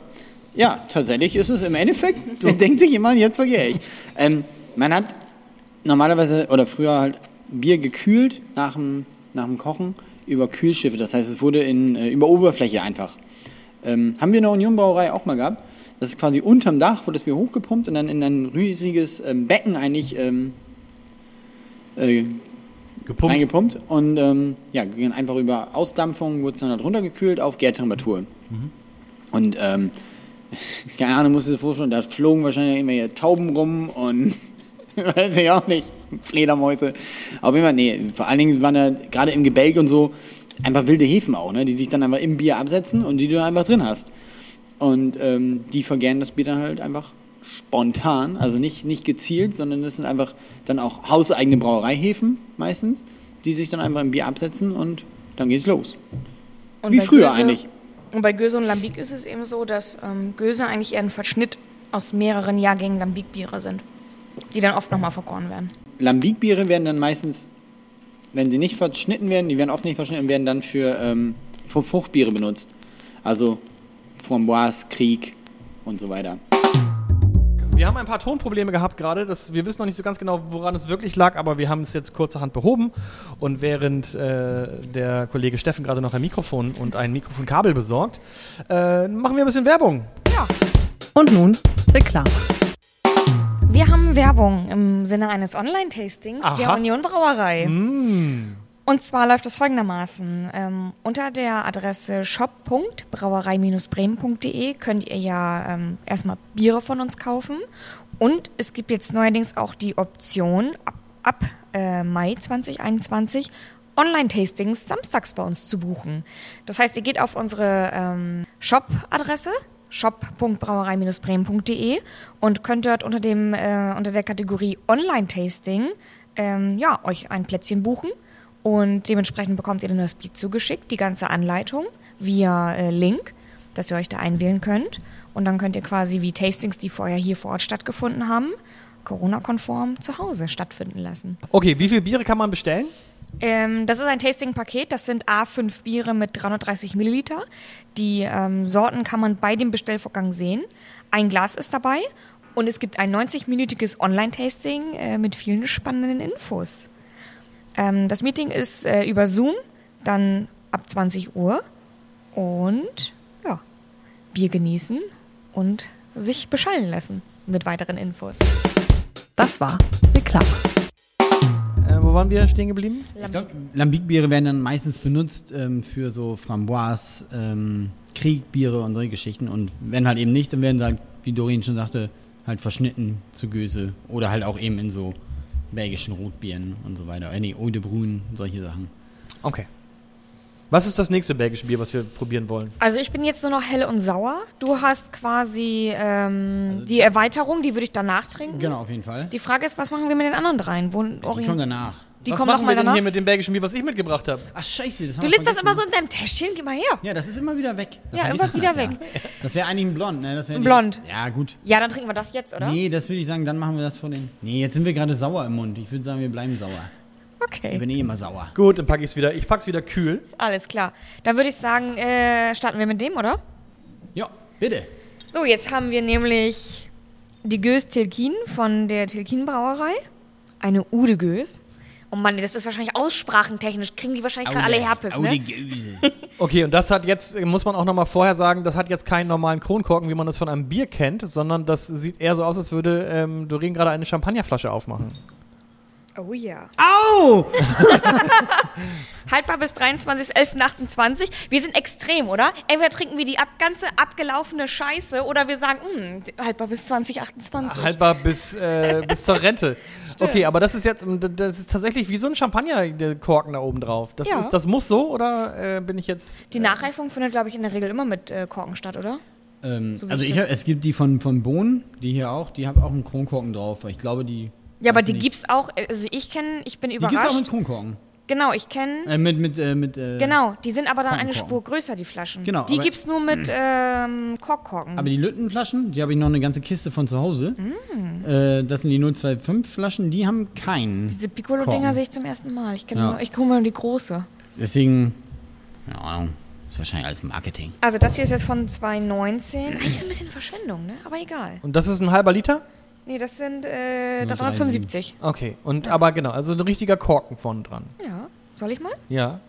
Speaker 5: Ja, tatsächlich ist es im Endeffekt. Da denkt sich jemand, jetzt vergehe ich. Ähm, man hat normalerweise oder früher halt Bier gekühlt nach dem, nach dem Kochen über Kühlschiffe. Das heißt, es wurde in, äh, über Oberfläche einfach. Ähm, haben wir in der Unionbrauerei auch mal gehabt. Das ist quasi unterm Dach, wurde das Bier hochgepumpt und dann in ein riesiges ähm, Becken eigentlich ähm, äh,
Speaker 1: Gepumpt.
Speaker 5: eingepumpt. Und ähm, ja, ging einfach über Ausdampfung, wurde es dann halt runtergekühlt auf Gärtemperaturen. Und ähm, keine Ahnung, musst du dir vorstellen, da flogen wahrscheinlich irgendwelche Tauben rum und weiß ich auch nicht, Fledermäuse. Auf jeden Fall, nee, vor allen Dingen waren da gerade im Gebälk und so einfach wilde Hefen auch, ne, die sich dann einfach im Bier absetzen und die du dann einfach drin hast. Und ähm, die vergären das Bier dann halt einfach spontan, also nicht, nicht gezielt, sondern das sind einfach dann auch hauseigene Brauereihefen meistens, die sich dann einfach im Bier absetzen und dann geht's los.
Speaker 2: Und
Speaker 5: Wie
Speaker 2: bei
Speaker 5: früher eigentlich.
Speaker 2: Und bei Göse und Lambic ist es eben so, dass ähm, Göse eigentlich eher ein Verschnitt aus mehreren Jahrgängen Lambic-Biere sind, die dann oft nochmal vergoren werden.
Speaker 5: Lambic-Biere werden dann meistens, wenn sie nicht verschnitten werden, die werden oft nicht verschnitten, werden dann für, ähm, für Fruchtbiere benutzt. Also Framboise, Krieg und so weiter.
Speaker 1: Wir haben ein paar Tonprobleme gehabt gerade. das- Wir wissen noch nicht so ganz genau, woran es wirklich lag, aber wir haben es jetzt kurzerhand behoben. Und während äh, der Kollege Steffen gerade noch ein Mikrofon und ein Mikrofonkabel besorgt, äh, machen wir ein bisschen Werbung.
Speaker 3: Und nun Reklame.
Speaker 2: Wir haben Werbung im Sinne eines Online-Tastings der
Speaker 1: Aha.
Speaker 2: Union Brauerei. Und zwar läuft das folgendermaßen. Ähm, unter der Adresse shop.brauerei-bremen.de könnt ihr ja ähm, erstmal Biere von uns kaufen. Und es gibt jetzt neuerdings auch die Option, ab, ab äh, Mai 2021 Online-Tastings samstags bei uns zu buchen. Das heißt, ihr geht auf unsere ähm, Shop-Adresse shop.brauerei-bremen.de und könnt dort unter, dem, äh, unter der Kategorie Online-Tasting ähm, ja, euch ein Plätzchen buchen und dementsprechend bekommt ihr dann das Bier zugeschickt, die ganze Anleitung via äh, Link, dass ihr euch da einwählen könnt. Und dann könnt ihr quasi wie Tastings, die vorher hier vor Ort stattgefunden haben, Corona-konform zu Hause stattfinden lassen.
Speaker 1: Okay, wie viele Biere kann man bestellen?
Speaker 2: Ähm, das ist ein Tasting-Paket. Das sind A5 Biere mit 330 Milliliter. Die ähm, Sorten kann man bei dem Bestellvorgang sehen. Ein Glas ist dabei und es gibt ein 90-minütiges Online-Tasting äh, mit vielen spannenden Infos. Ähm, das Meeting ist äh, über Zoom, dann ab 20 Uhr und ja, Bier genießen und sich beschallen lassen mit weiteren Infos.
Speaker 3: Das war Reklame.
Speaker 1: Äh, wo waren wir stehen geblieben?
Speaker 6: Ich glaub, Lambic-Biere werden dann meistens benutzt ähm, für so Framboise, ähm, Kriegbiere und solche Geschichten. Und wenn halt eben nicht, dann werden sie halt, wie Doreen schon sagte, halt verschnitten zu Göse. Oder halt auch eben in so belgischen Rotbieren und so weiter. Äh, nee, Eau de Brun, solche Sachen.
Speaker 1: Okay. Was ist das nächste belgische Bier, was wir probieren wollen?
Speaker 2: Also ich bin jetzt nur noch hell und sauer. Du hast quasi ähm, die Erweiterung, die würde ich danach trinken.
Speaker 6: Genau, auf jeden Fall. Die,
Speaker 2: Die Frage ist, was machen wir mit den anderen dreien? Wo, die
Speaker 6: kommen danach.
Speaker 2: die
Speaker 1: was
Speaker 2: kommen
Speaker 1: machen
Speaker 2: nochmal
Speaker 1: wir denn
Speaker 2: danach.
Speaker 1: hier mit dem belgischen Bier, was ich mitgebracht habe?
Speaker 6: Ach, scheiße. Das haben
Speaker 2: Du
Speaker 6: wir
Speaker 2: lässt
Speaker 6: vergessen.
Speaker 2: das immer so in deinem Täschchen, geh mal her.
Speaker 6: Ja, das ist immer wieder weg. Das
Speaker 2: Ja,
Speaker 6: hab ich
Speaker 2: immer
Speaker 6: so
Speaker 2: wieder
Speaker 6: krass, Ja. Das wäre eigentlich ein Blond, ne? Das wär
Speaker 2: Ein
Speaker 6: die-
Speaker 2: Blond.
Speaker 6: Ja, gut.
Speaker 2: Ja, dann trinken wir das jetzt, oder?
Speaker 6: Nee, das würde ich sagen, dann machen wir das vor den. Nee, jetzt sind wir gerade sauer im Mund. Ich würde sagen, wir bleiben sauer. Ich
Speaker 2: Okay,
Speaker 6: bin eh immer sauer.
Speaker 1: Gut, dann packe ich es wieder. Ich pack's wieder kühl.
Speaker 2: alles klar. Dann würde ich sagen, äh, starten wir mit dem, oder?
Speaker 6: Ja, bitte.
Speaker 2: So, jetzt haben wir nämlich die Gös Tilkin von der Tilkin Brauerei. Eine Ude Gös. Oh Mann, das ist wahrscheinlich aussprachentechnisch. Kriegen die wahrscheinlich gerade alle Herpes, ne?
Speaker 6: Aude Göse.
Speaker 1: Okay, und das hat jetzt, äh, muss man auch nochmal vorher sagen, das hat jetzt keinen normalen Kronkorken, wie man das von einem Bier kennt, sondern das sieht eher so aus, als würde ähm, Doreen gerade eine Champagnerflasche aufmachen.
Speaker 2: Oh ja.
Speaker 6: Au!
Speaker 2: Haltbar bis 23.11.28. Wir sind extrem, oder? Entweder trinken wir die ab, ganze abgelaufene Scheiße oder wir sagen, "Hm, haltbar bis 2028.
Speaker 5: Halt-
Speaker 1: Haltbar bis, äh, bis zur Rente. Okay, aber das ist jetzt, m, d- das ist tatsächlich wie so ein Champagnerkorken da oben drauf. Das,
Speaker 2: Ja.
Speaker 1: ist, das muss so oder äh, bin ich jetzt.
Speaker 2: die Nachreifung findet, glaube ich, in der Regel immer mit äh, Korken statt, oder?
Speaker 5: Ähm,
Speaker 2: So wie
Speaker 5: also
Speaker 2: ich
Speaker 5: ich hab,
Speaker 2: das-
Speaker 5: es gibt die von, von Bohnen, die hier auch, die haben auch einen Kronkorken drauf. weil Ich glaube, die.
Speaker 2: Ja, aber
Speaker 5: weiß
Speaker 2: die
Speaker 5: nicht.
Speaker 2: gibt's auch. Also ich kenne, ich bin
Speaker 5: Die gibt's auch mit
Speaker 2: überrascht.
Speaker 5: Kronkorken.
Speaker 2: genau, ich kenne.
Speaker 5: Äh, mit, mit, äh, mit, äh,
Speaker 2: Genau, die sind aber dann eine
Speaker 5: Korkenkorken.
Speaker 2: Spur größer, die Flaschen.
Speaker 5: Genau,
Speaker 2: Die
Speaker 5: aber-
Speaker 2: gibt's nur mit ähm, Korkkorken.
Speaker 5: Aber die Lüttenflaschen, die habe ich noch eine ganze Kiste von zu Hause.
Speaker 2: Mm.
Speaker 5: Äh, das sind die 025-Flaschen, die haben keinen.
Speaker 2: Diese Piccolo-Dinger
Speaker 5: Korken.
Speaker 2: sehe ich zum ersten Mal. Ich, kenn
Speaker 5: Ja.
Speaker 2: nur, ich gucke mal nur die große.
Speaker 5: Deswegen, keine Ahnung, ist wahrscheinlich alles Marketing.
Speaker 2: Also das hier ist jetzt von 2019. Eigentlich so ein bisschen Verschwendung, ne? Aber egal.
Speaker 1: Und das ist ein halber Liter?
Speaker 2: Nee, das sind äh,
Speaker 5: Nur
Speaker 2: 375.
Speaker 1: Okay, und aber genau, also ein richtiger Korken vorne dran.
Speaker 2: Ja. Soll ich mal?
Speaker 1: Ja.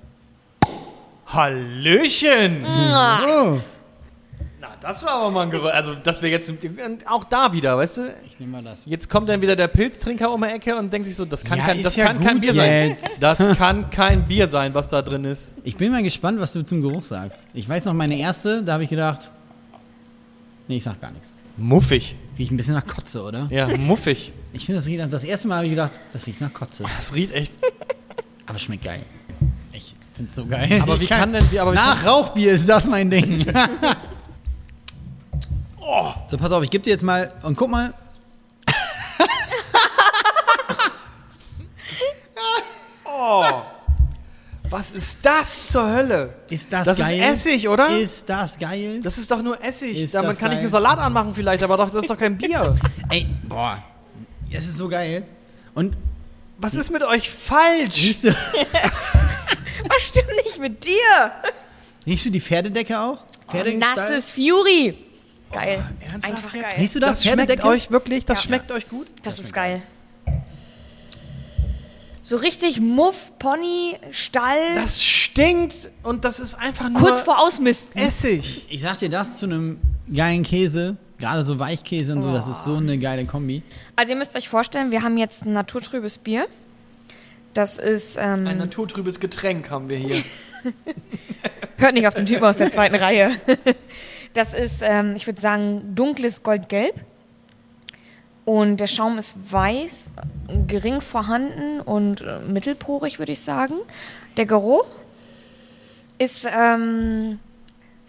Speaker 1: Hallöchen!
Speaker 2: Mhm. Ah,
Speaker 5: Oh,
Speaker 1: Na, das war aber mal ein Geräusch. Also, dass wir jetzt. Und auch da wieder, weißt du?
Speaker 5: ich nehme mal das.
Speaker 1: Jetzt kommt dann wieder der Pilztrinker um die Ecke und denkt sich so, das kann,
Speaker 5: Ja,
Speaker 1: kein,
Speaker 5: ist
Speaker 1: das
Speaker 5: ja
Speaker 1: kann kein
Speaker 5: gut
Speaker 1: Bier sein.
Speaker 5: jetzt.
Speaker 1: Das kann kein Bier sein, was da drin ist.
Speaker 5: Ich bin mal gespannt, was du zum Geruch sagst. Ich weiß noch, meine erste, da habe ich gedacht, nee, ich sag gar nichts.
Speaker 1: Muffig.
Speaker 5: Riecht ein bisschen nach Kotze, oder?
Speaker 1: Ja, muffig.
Speaker 5: Ich finde, das riecht nach, das erste Mal habe ich gedacht, das riecht nach Kotze.
Speaker 1: Das riecht echt.
Speaker 5: Aber schmeckt geil. Ich finde es so geil.
Speaker 1: Aber wie kann denn. Wie, aber wie kann-
Speaker 5: Nach Rauchbier ist das mein Ding. Oh. So, pass auf, ich gebe dir jetzt mal und guck mal.
Speaker 1: was ist das zur Hölle?
Speaker 5: Ist das,
Speaker 1: Das ist
Speaker 5: geil?
Speaker 1: Essig, oder?
Speaker 5: Ist das geil?
Speaker 1: Das ist doch nur Essig.
Speaker 5: Ist
Speaker 1: Damit
Speaker 5: das
Speaker 1: kann ich
Speaker 5: geil.
Speaker 1: einen Salat anmachen, vielleicht, aber doch, das ist doch kein Bier.
Speaker 5: Ey, boah. Es ist so geil. Und
Speaker 1: Was ist mit euch falsch?
Speaker 5: riechst du,
Speaker 2: Was stimmt nicht mit dir?
Speaker 5: riechst du die Pferdedecke auch?
Speaker 2: Oh,
Speaker 5: Pferdegestall?
Speaker 2: Nasses Fury. Geil.
Speaker 1: Oh, ernsthaft
Speaker 2: Einfach
Speaker 1: jetzt?
Speaker 2: geil.
Speaker 5: Riechst du das?
Speaker 1: Das schmeckt
Speaker 5: Pferdedecke?
Speaker 1: euch wirklich, das
Speaker 2: Ja.
Speaker 1: schmeckt euch gut?
Speaker 2: Das ist geil. So richtig Muff, Pony, Stall,
Speaker 1: Das stinkt und das ist einfach nur
Speaker 2: kurz vor Ausmisten.
Speaker 1: Essig.
Speaker 5: Ich sag dir das zu einem geilen Käse, gerade so Weichkäse und so, das ist
Speaker 2: Oh.
Speaker 5: so eine geile Kombi.
Speaker 2: Also ihr müsst euch vorstellen, wir haben jetzt ein naturtrübes Bier. Das ist,
Speaker 1: Ein
Speaker 2: ähm,
Speaker 1: naturtrübes Getränk haben wir hier.
Speaker 2: hört nicht auf den Typen aus der zweiten Reihe. Das ist, ähm, ich würde sagen, dunkles Goldgelb. Und der Schaum ist weiß, gering vorhanden und äh, mittelporig, würde ich sagen. Der Geruch ist ähm,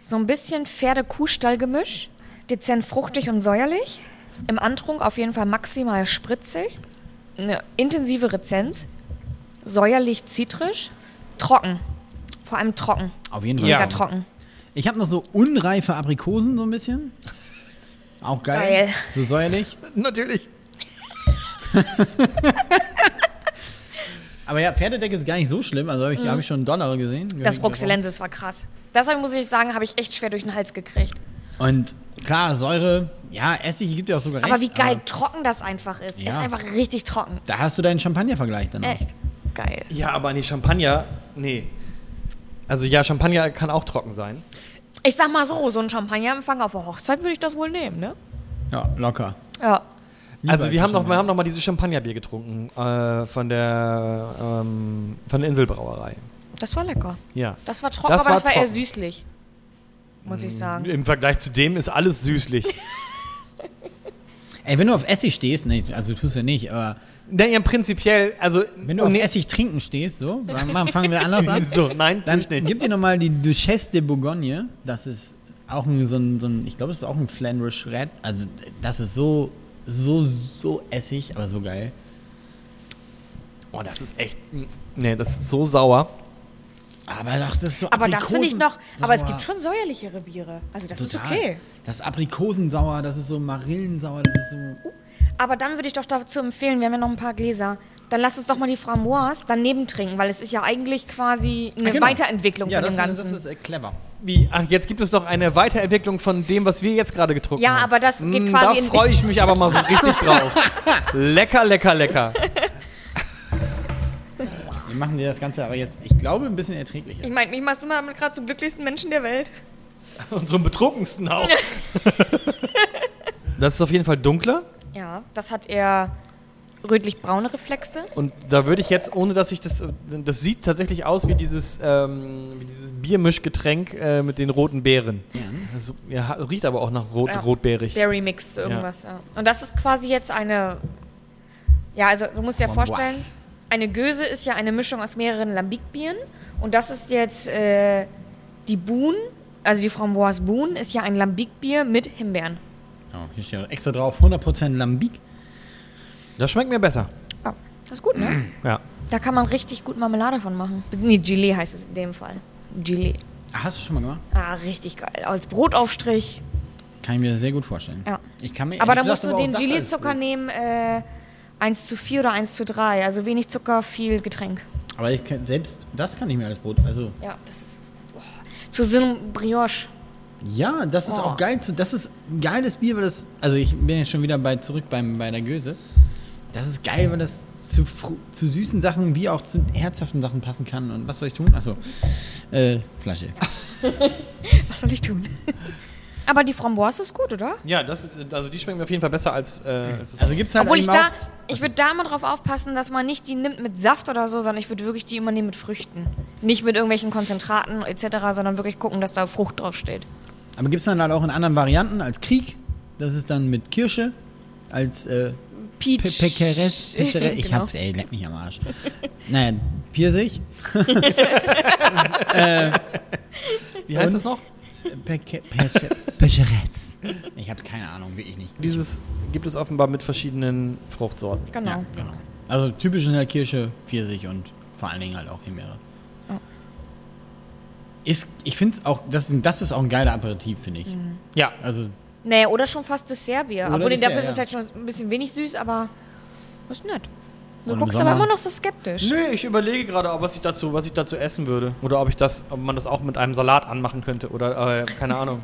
Speaker 2: so ein bisschen Pferde-Kuhstall-Gemisch. Dezent fruchtig und säuerlich. Im Antrunk auf jeden Fall maximal spritzig. Eine intensive Rezenz. Säuerlich-zitrisch. Trocken. Vor allem trocken.
Speaker 5: Auf jeden Fall.
Speaker 2: Mega
Speaker 1: Ja.
Speaker 2: trocken.
Speaker 5: Ich habe noch so unreife Aprikosen so ein bisschen. Auch geil.
Speaker 2: Geil.
Speaker 5: So säuerlich.
Speaker 1: Natürlich.
Speaker 5: Aber ja, Pferdedecke ist gar nicht so schlimm. Also habe ich, hab ich schon einen Dollar gesehen.
Speaker 2: Mhm. Das Bruxellensis war krass. Deshalb muss ich sagen, habe ich echt schwer durch den Hals gekriegt.
Speaker 5: Und klar, Säure. Ja, Essig gibt ja auch sogar recht.
Speaker 2: Aber wie geil trocken das einfach ist.
Speaker 5: Ah. Ja.
Speaker 2: Ist einfach richtig trocken.
Speaker 5: da hast du deinen Champagner-Vergleich dann auch.
Speaker 2: Echt. Geil.
Speaker 1: Ja, aber nee, Champagner, nee. Also ja, Champagner kann auch trocken sein.
Speaker 2: Ich sag mal so, so ein Champagnerempfang auf der Hochzeit würde ich das wohl nehmen, ne?
Speaker 5: Ja, locker.
Speaker 2: Ja.
Speaker 1: also wir
Speaker 5: als
Speaker 1: haben, noch, wir
Speaker 5: Champagner.
Speaker 1: haben noch mal dieses Champagnerbier getrunken äh, von der ähm, von der Inselbrauerei.
Speaker 2: Das war lecker.
Speaker 1: Ja.
Speaker 2: Das war trocken,
Speaker 1: Das
Speaker 2: aber
Speaker 1: war
Speaker 2: das war eher
Speaker 1: trocken.
Speaker 2: süßlich. Muss
Speaker 5: Mm.
Speaker 2: ich sagen.
Speaker 1: Im Vergleich zu dem ist alles süßlich.
Speaker 5: Ey, wenn du auf Essig stehst, nee, also tust du nicht, aber
Speaker 1: naja, prinzipiell, also
Speaker 5: wenn du
Speaker 2: Oh,
Speaker 5: auf
Speaker 1: nee,
Speaker 5: Essig trinken stehst, so, sagen wir mal, fangen wir anders an.
Speaker 1: so, nein,
Speaker 5: Dann
Speaker 1: tue ich nicht.
Speaker 5: gib dir nochmal die Duchesse de Bourgogne. Das ist auch ein, so, ein, so ein, ich glaube, das ist auch ein Flandrish Red. Also, das ist so, so, so essig, aber so geil.
Speaker 1: Oh, das ist echt. Nee, das ist so sauer.
Speaker 5: Aber doch, das ist so
Speaker 2: Aber das finde ich noch. Aber es
Speaker 5: Aprikosensauer.
Speaker 2: gibt schon säuerlichere Biere. Also das ist
Speaker 5: Total.
Speaker 2: okay.
Speaker 5: Das ist Aprikosensauer, das ist so Marillensauer, das ist so.
Speaker 2: Aber dann würde ich doch dazu empfehlen, wir haben ja noch ein paar Gläser. Dann lass uns doch mal die Framboise daneben trinken, weil es ist ja eigentlich quasi eine
Speaker 5: Ah, genau.
Speaker 2: Weiterentwicklung
Speaker 5: ja,
Speaker 2: von dem
Speaker 5: das ist-
Speaker 2: Ganzen.
Speaker 5: das ist äh, clever.
Speaker 1: Wie, ach, jetzt gibt es doch eine Weiterentwicklung von dem, was wir jetzt gerade getrunken
Speaker 2: Ja,
Speaker 1: haben.
Speaker 2: aber das geht
Speaker 1: Mm,
Speaker 2: quasi in-
Speaker 1: Da freue ich mich aber mal so richtig drauf. Lecker, lecker, lecker.
Speaker 5: Wir machen dir das Ganze aber jetzt, ich glaube, ein bisschen erträglicher.
Speaker 2: ich meine, mich machst du mal gerade zum glücklichsten Menschen der Welt.
Speaker 1: Und zum betrunkensten auch. das ist auf jeden Fall dunkler.
Speaker 2: Ja, das hat eher rötlich-braune Reflexe.
Speaker 1: Und da würde ich jetzt, ohne dass ich das. Das sieht tatsächlich aus wie dieses, ähm, wie dieses Biermischgetränk äh, mit den roten Beeren. Ja. Das ja, ha- riecht aber auch nach rot,
Speaker 2: Ja.
Speaker 1: rotbeerig.
Speaker 2: Berry Mix, irgendwas. Ja. Und das ist quasi jetzt eine. Ja, also du musst dir
Speaker 5: Framboise.
Speaker 2: vorstellen, eine Göse ist ja eine Mischung aus mehreren Lambic-Bieren. Und das ist jetzt äh, die Boon also die Framboise Boon ist ja ein Lambic-Bier mit Himbeeren.
Speaker 5: Ja, Oh, hier steht auch extra drauf, 100% Lambic.
Speaker 1: Das schmeckt mir besser.
Speaker 2: Oh, das ist gut, ne?
Speaker 1: Ja.
Speaker 2: Da kann man richtig gut Marmelade von machen. Nee, Gilet heißt es in dem Fall. Gilet.
Speaker 5: Ah, hast du schon mal gemacht?
Speaker 2: Ah, richtig geil. Als Brotaufstrich.
Speaker 5: Kann ich mir sehr gut vorstellen.
Speaker 2: Ja.
Speaker 5: Ich kann mir
Speaker 2: Aber
Speaker 5: ehrlich
Speaker 2: da musst
Speaker 5: gesagt
Speaker 2: du
Speaker 5: aber auch
Speaker 2: den
Speaker 5: das als
Speaker 2: Gilet-Zucker
Speaker 5: gut-
Speaker 2: nehmen, äh, 1 zu 4 oder 1 zu 3. Also wenig Zucker, viel Getränk.
Speaker 5: Aber ich kann, selbst das kann ich mir als Brot. Also,
Speaker 2: Ja, das ist. Oh. Zu Sinn Brioche.
Speaker 5: ja, das ist
Speaker 2: Oh.
Speaker 5: auch geil. Zu, das ist ein geiles Bier, weil das. Also, ich bin jetzt schon wieder bei, zurück beim, bei der Göse. Das ist geil, weil das zu, fru- zu süßen Sachen wie auch zu herzhaften Sachen passen kann. Und was soll ich tun? Achso, äh, Flasche.
Speaker 2: Was soll ich tun? Aber die Framboise ist gut, oder?
Speaker 1: Ja, das ist, also die schmecken mir auf jeden Fall besser als, äh, als das
Speaker 5: Also gibt's halt
Speaker 2: Obwohl ich
Speaker 5: eben
Speaker 2: da,
Speaker 5: auch-
Speaker 2: ich würde da mal drauf aufpassen, dass man nicht die nimmt mit Saft oder so, sondern ich würde wirklich die immer nehmen mit Früchten. Nicht mit irgendwelchen Konzentraten etc., sondern wirklich gucken, dass da Frucht draufsteht.
Speaker 5: Aber gibt es dann halt auch in anderen Varianten als Krieg. Das ist dann mit Kirsche, als äh,
Speaker 2: Peach.
Speaker 5: Pe Pekeres. Pecheres- Ich
Speaker 2: Genau.
Speaker 5: hab's, ey, leck mich am Arsch. naja, Pfirsich. Äh,
Speaker 1: Wie heißt
Speaker 5: Und?
Speaker 1: das noch?
Speaker 5: Peke- Peche- Pecheres. Ich habe keine Ahnung, wirklich nicht.
Speaker 1: Dieses gibt es offenbar mit verschiedenen Fruchtsorten.
Speaker 2: Genau.
Speaker 5: Ja, genau. Also typisch in der Kirsche Pfirsich und vor allen Dingen halt auch Himbeere.
Speaker 2: Ja.
Speaker 5: Ist, ich finde es auch, das, ist- das ist auch ein geiler Aperitif, finde ich.
Speaker 2: Mhm.
Speaker 1: Ja.
Speaker 5: Also,
Speaker 2: Nee, oder schon fast Dessertbier.
Speaker 5: Oder
Speaker 2: Obwohl, nee, dafür ist es
Speaker 5: Dessert,
Speaker 2: vielleicht schon ein bisschen wenig süß, aber ist nett. Du
Speaker 5: Und im
Speaker 2: guckst aber
Speaker 5: Sommer-
Speaker 2: immer noch so skeptisch.
Speaker 1: Nö, ich überlege gerade, ob was ich dazu, was ich dazu essen würde. Oder ob ich das, ob man das auch mit einem Salat anmachen könnte. Oder äh, keine Ahnung.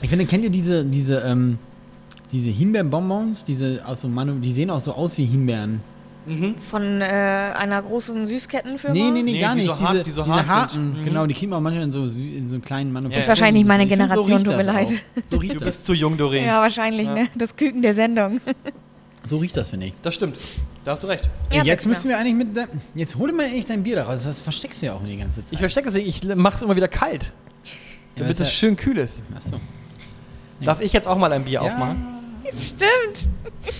Speaker 5: ich finde, kennt ihr diese, diese, ähm, diese Himbeerbonbons? Diese aus so Manu, die sehen auch so aus wie Himbeeren.
Speaker 2: Von äh, einer großen Süßkettenfirma.
Speaker 5: Nee, nee, nee,
Speaker 1: Nee,
Speaker 5: gar
Speaker 1: die
Speaker 5: nicht.
Speaker 1: so hart- die so hart sind. Mhm.
Speaker 5: harten, genau, die kriegen wir auch manchmal in so, sü- in so kleinen Mann.
Speaker 1: Ist
Speaker 2: wahrscheinlich nicht meine Generation, tut
Speaker 5: so
Speaker 2: mir
Speaker 5: riecht das
Speaker 2: leid.
Speaker 5: auch. So riecht
Speaker 1: Du
Speaker 5: das.
Speaker 1: bist zu jung, Doreen.
Speaker 2: Ja, wahrscheinlich,
Speaker 1: Ja.
Speaker 2: ne? Das Küken der Sendung.
Speaker 5: So riecht das, finde ich.
Speaker 1: Das stimmt. Da hast du recht.
Speaker 2: Ja,
Speaker 5: jetzt
Speaker 2: bitte.
Speaker 5: müssen wir eigentlich mit. dein- Jetzt hol dir mal eigentlich dein Bier da raus. Das versteckst du ja auch die ganze Zeit.
Speaker 1: Ich verstecke es, nicht, ich mach's immer wieder kalt. Damit
Speaker 5: ist
Speaker 1: es
Speaker 5: ja-
Speaker 1: schön kühl ist.
Speaker 5: Achso.
Speaker 1: Darf ich jetzt auch mal ein Bier
Speaker 5: Ja.
Speaker 1: aufmachen?
Speaker 2: Stimmt.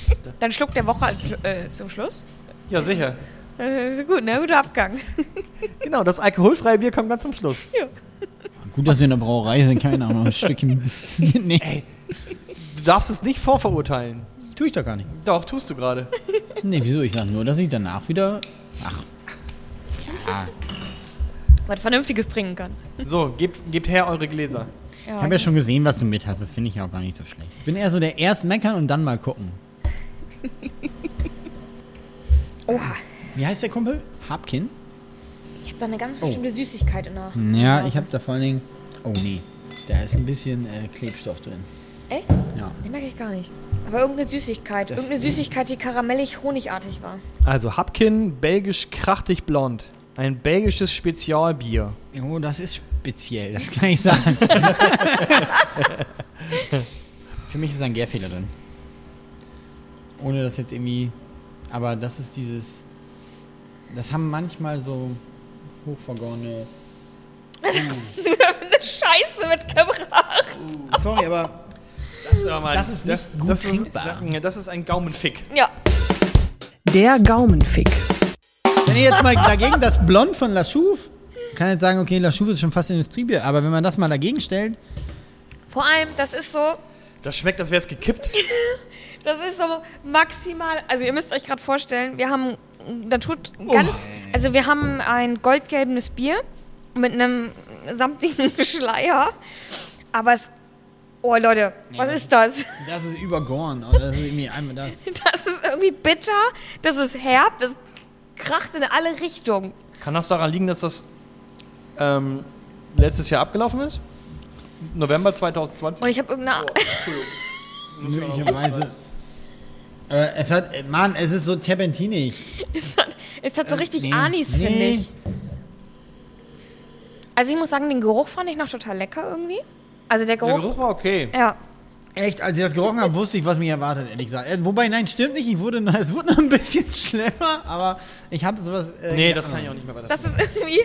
Speaker 2: Dann Schluck der Woche als, äh, zum Schluss.
Speaker 1: Ja, sicher.
Speaker 2: Das ist gut, ne? Guter Abgang.
Speaker 1: Genau, das alkoholfreie Bier kommt ganz zum Schluss.
Speaker 5: Gut, dass wir in der Brauerei sind. Kann ich auch noch ein Stückchen. nee. Ey,
Speaker 1: Du darfst es nicht vorverurteilen.
Speaker 5: tue ich doch gar nicht.
Speaker 1: Doch, tust du gerade.
Speaker 5: Nee, wieso? Ich sag nur, dass ich danach wieder.
Speaker 2: Was Vernünftiges trinken kann.
Speaker 1: So, gebt, gebt her eure Gläser.
Speaker 5: Ich habe ja schon gesehen, was du mit hast. Das finde ich auch gar nicht so schlecht. Ich bin eher so der erst meckern und dann mal gucken.
Speaker 2: Oha,
Speaker 5: Wie heißt der Kumpel? Hapkin? Oh.
Speaker 2: ich habe da eine ganz bestimmte Süßigkeit in der.
Speaker 5: Ja,
Speaker 2: Nase.
Speaker 5: ich habe da vor allen Dingen. Oh nee. Da ist ein bisschen äh, Klebstoff drin.
Speaker 2: Echt?
Speaker 5: Ja.
Speaker 2: Den merke ich gar nicht. Aber irgendeine Süßigkeit. irgendeine Süßigkeit, die karamellig honigartig war.
Speaker 1: Also Hapkin, belgisch krachtig blond. Ein belgisches Spezialbier.
Speaker 5: Oh, das ist speziell, das kann ich sagen. Für mich ist ein Gärfehler drin. Ohne das jetzt irgendwie. Aber das ist dieses. Das haben manchmal so hochvergorene.
Speaker 2: eine Scheiße mitgebracht.
Speaker 5: Sorry, aber.
Speaker 1: Das ist, aber mal,
Speaker 5: Das ist nicht gut
Speaker 1: das, ist,
Speaker 5: trinkbar.
Speaker 1: das ist ein Gaumenfick.
Speaker 2: Ja.
Speaker 3: Der Gaumenfick.
Speaker 5: Wenn ihr jetzt mal dagegen das Blond von La Chouf. Kann jetzt sagen, okay, La Chouf ist schon fast Industriebier, aber wenn man das mal dagegen stellt.
Speaker 2: Vor allem, das ist so,
Speaker 1: Das schmeckt, als wäre es gekippt.
Speaker 2: das ist so maximal. Also ihr müsst euch gerade vorstellen, wir haben da tut ganz, also wir haben ein goldgelbenes Bier mit einem samtigen Schleier. Aber es, oh Leute, was ist das?
Speaker 5: Das ist übergorn. Oder das ist irgendwie einmal das.
Speaker 2: Das ist irgendwie bitter, das ist herb, das kracht in alle Richtungen.
Speaker 1: Kann das daran liegen, dass das ähm, letztes Jahr abgelaufen ist? November 2020?
Speaker 2: Und ich habe irgendeine.
Speaker 5: Möglicherweise. Aber es hat, Mann, es ist so terpentinig.
Speaker 2: Es hat so richtig
Speaker 5: nee,
Speaker 2: Anis, finde
Speaker 5: nee.
Speaker 2: ich. Also ich muss sagen, den Geruch fand ich noch total lecker irgendwie. Also der
Speaker 1: Der
Speaker 2: Geruch.
Speaker 1: Geruch war okay.
Speaker 2: Ja.
Speaker 5: Echt, als ich das gerochen habe, wusste ich, was mich erwartet, ehrlich gesagt. Äh, Wobei, nein, stimmt nicht. Ich wurde, es wurde noch ein bisschen schlimmer, aber ich habe sowas. Äh,
Speaker 1: Nee, das kann ich auch nicht mehr weiter.
Speaker 2: Das ist irgendwie.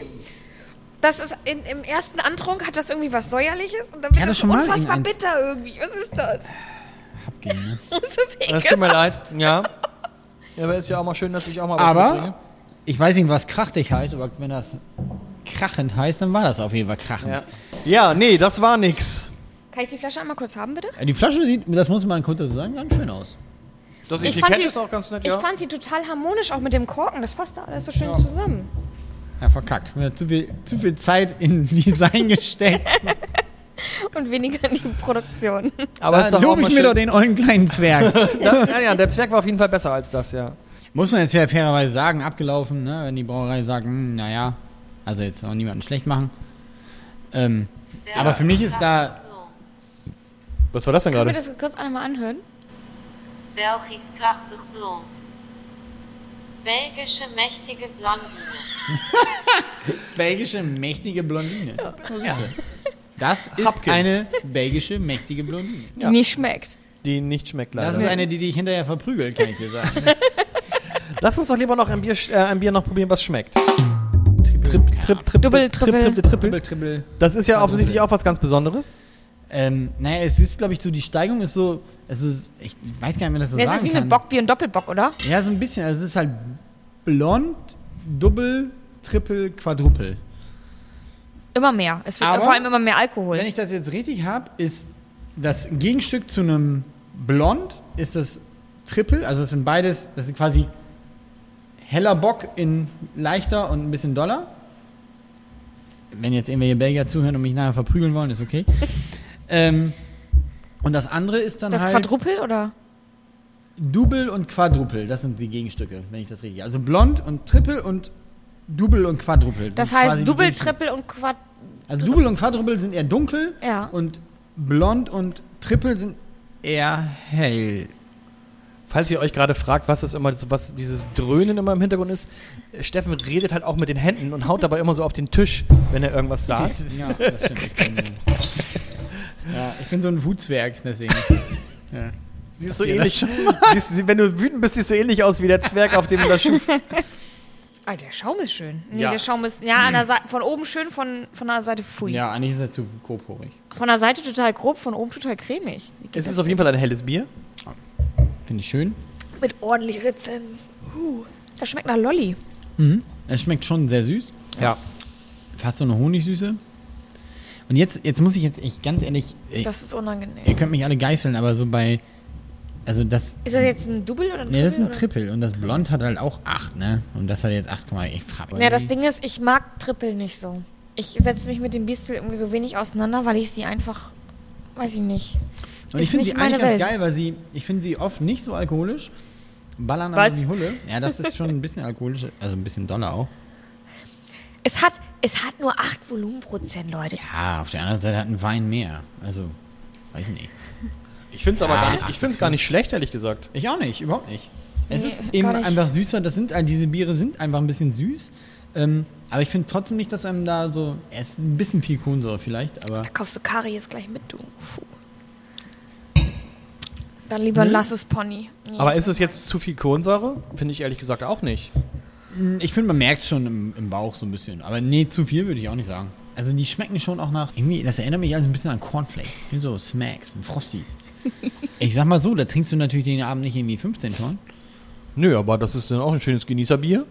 Speaker 2: Das ist in, im ersten Antrunk hat das irgendwie was säuerliches und dann wird
Speaker 5: Ja, das
Speaker 2: das,
Speaker 5: schon mal
Speaker 2: unfassbar
Speaker 5: irgendeins.
Speaker 2: bitter irgendwie. Was ist das?
Speaker 5: Abgehen, ne?
Speaker 2: Das ist
Speaker 1: Es tut
Speaker 2: ekelhaft.
Speaker 1: mir leid, ja. ja. Aber ist ja auch mal schön, dass ich auch mal was mitbringe.
Speaker 5: Aber ich weiß nicht, was krachtig heißt, aber wenn das krachend heißt, dann war das auf jeden Fall krachend.
Speaker 1: Ja. Ja, nee, das war nix.
Speaker 2: Kann ich die Flasche einmal kurz haben, bitte?
Speaker 5: Ja, Äh, Die Flasche sieht, das muss man kurz dazu sagen, ganz schön aus.
Speaker 1: Das
Speaker 2: Ich fand
Speaker 1: Etikett
Speaker 2: die-
Speaker 1: ist auch ganz nett,
Speaker 2: Ich
Speaker 1: ja.
Speaker 2: fand die total harmonisch, auch mit dem Korken. Das passt da alles so schön zusammen.
Speaker 5: Ja, verkackt. Wir haben zu viel, zu viel Zeit in Design gesteckt.
Speaker 2: Und weniger in die Produktion.
Speaker 1: Aber es ist
Speaker 5: Dann
Speaker 1: doch auch
Speaker 5: lobe
Speaker 1: mal
Speaker 5: Äh, ich mir
Speaker 1: schön-
Speaker 5: doch den ollen kleinen Zwerg.
Speaker 1: Das, ja, ja, der Zwerg war auf jeden Fall besser als das, ja.
Speaker 5: Muss man jetzt fair- fairerweise sagen, abgelaufen, ne? wenn die Brauerei sagt, hm, naja, also jetzt auch niemanden schlecht machen. Ähm, Aber für mich ist da,
Speaker 1: Was war das denn
Speaker 2: Können wir das kurz einmal anhören?
Speaker 7: Belgisch krachtig blond. Belgische mächtige Blondine.
Speaker 5: Belgische mächtige Blondine. Ja. Das ist
Speaker 1: Hapkin.
Speaker 5: eine belgische mächtige Blondine.
Speaker 2: Die nicht schmeckt.
Speaker 1: Die nicht schmeckt leider.
Speaker 5: Das ist eine, die dich hinterher verprügelt, kann ich dir sagen.
Speaker 1: Lass uns doch lieber noch ein Bier, sch- äh, ein Bier noch probieren, was schmeckt. Trip, trip, trip, trip,
Speaker 2: Double,
Speaker 1: trip,
Speaker 2: triple.
Speaker 1: trip, triple.
Speaker 5: Triple, triple.
Speaker 1: Das ist ja offensichtlich auch was ganz Besonderes.
Speaker 5: Ähm, naja, es ist, glaube ich, so, die Steigung ist so, es ist, ich weiß gar nicht, wie man das so
Speaker 2: Nee, es
Speaker 5: sagen
Speaker 2: ist wie
Speaker 5: kann.
Speaker 2: mit Bockbier und Doppelbock, oder?
Speaker 5: Ja, so ein bisschen. Also es ist halt blond, doppel, triple, quadruple.
Speaker 2: Immer mehr. Es wird
Speaker 5: Aber-
Speaker 2: vor allem immer mehr Alkohol.
Speaker 5: Wenn ich das jetzt richtig habe, ist das Gegenstück zu einem blond, ist das triple. Also es sind beides, das sind quasi heller Bock in leichter und ein bisschen doller. Wenn jetzt irgendwelche Belgier zuhören und mich nachher verprügeln wollen, ist okay. ähm, und das andere ist dann
Speaker 2: das
Speaker 5: halt...
Speaker 2: Quadrupel, oder?
Speaker 5: Double und Quadruple, das sind die Gegenstücke, wenn ich das richtig. Also blond und Triple und Double und Quadruple. sind
Speaker 2: Das
Speaker 5: quasi die
Speaker 2: heißt Double,
Speaker 5: Gegenstücke.
Speaker 2: Triple und Quad.
Speaker 5: Also Double und Quadruple sind eher dunkel
Speaker 2: Ja.
Speaker 5: und blond und Triple sind eher hell.
Speaker 1: Falls ihr euch gerade fragt, was ist immer, so- was dieses Dröhnen immer im Hintergrund ist, äh, Steffen redet halt auch mit den Händen und haut dabei immer so auf den Tisch, wenn er irgendwas sagt.
Speaker 5: Ja, das stimmt. Ich bin, ja, ich bin so ein Wutzwerg, deswegen.
Speaker 1: Siehst du ähnlich, siehst, du- wenn du wütend bist, siehst du ähnlich aus wie der Zwerg, auf dem du das Schuf.
Speaker 2: Ah, der Schaum ist schön. Nee,
Speaker 1: Ja.
Speaker 2: der Schaum ist. Ja, an der Seite, von oben schön, von, von der Seite pfui.
Speaker 5: Mhm. Ja, eigentlich ist er zu grobhorig.
Speaker 2: Von der Seite total grob, von oben total cremig. Wie geht
Speaker 1: Es
Speaker 2: das?
Speaker 1: ist auf jeden Fall ein helles Bier.
Speaker 5: Finde ich schön.
Speaker 2: Mit ordentlich Ritzen. Huh. Das schmeckt nach Lolli.
Speaker 5: Es schmeckt schon sehr süß.
Speaker 1: Ja.
Speaker 5: Fast so eine Honigsüße. Und jetzt, jetzt muss ich jetzt, ich ganz ehrlich, ich,
Speaker 2: Das ist
Speaker 5: Ihr
Speaker 2: unangenehm.
Speaker 5: könnt mich alle geißeln, aber so bei. Also das.
Speaker 2: Ist das jetzt ein Double oder ein
Speaker 5: Ne, das ist ein
Speaker 2: oder?
Speaker 5: Triple und das Blond hat halt auch 8, ne? Und das hat jetzt 8,1. Ich frage
Speaker 2: Ja, das Ding ist, ich mag Triple nicht so. Ich setze mich mit dem Bistel irgendwie so wenig auseinander, weil ich sie einfach, weiß ich nicht.
Speaker 5: Und ich
Speaker 2: ist
Speaker 5: finde
Speaker 2: nicht
Speaker 5: sie eigentlich
Speaker 2: meine
Speaker 5: ganz
Speaker 2: Welt.
Speaker 5: geil, weil sie. Ich finde sie oft nicht so alkoholisch. Ballern aber
Speaker 2: Was?
Speaker 5: die Hulle. Ja, das ist schon ein bisschen alkoholisch, also ein bisschen doller auch.
Speaker 2: Es hat, es hat nur 8 Volumenprozent, Leute.
Speaker 5: Ja, Ah, auf der anderen Seite hat ein Wein mehr. Also, weiß ich nicht.
Speaker 1: Ich finde es aber
Speaker 5: Ah,
Speaker 1: gar nicht, ich
Speaker 5: das
Speaker 1: find's
Speaker 5: ist
Speaker 1: gar
Speaker 5: gut.
Speaker 1: nicht schlecht, ehrlich gesagt.
Speaker 5: Ich auch nicht, überhaupt nicht. Es
Speaker 2: Nee,
Speaker 5: ist
Speaker 2: gar
Speaker 5: eben
Speaker 2: nicht.
Speaker 5: einfach süßer. Das sind all diese Biere sind einfach ein bisschen süß. Ähm, aber ich finde trotzdem nicht, dass einem da so. Es ist ein bisschen viel Kohlensäure vielleicht, aber.
Speaker 2: Da kaufst du Karies gleich mit, du. Puh. Dann
Speaker 5: Hm?
Speaker 2: lieber lass es Pony. Nee,
Speaker 1: Aber
Speaker 2: das
Speaker 1: ist es jetzt zu viel Kohlensäure? Finde ich ehrlich gesagt auch nicht.
Speaker 5: Ich finde, man merkt schon im, im Bauch so ein bisschen. Aber nee, zu viel würde ich auch nicht sagen. Also die schmecken schon auch nach. Irgendwie, das erinnert mich alles ein bisschen an Cornflakes. Wie so Smacks und Frosties. ich sag mal so, da trinkst du natürlich den Abend nicht irgendwie 15 schon.
Speaker 1: Nö, aber das ist dann auch ein schönes Genießerbier,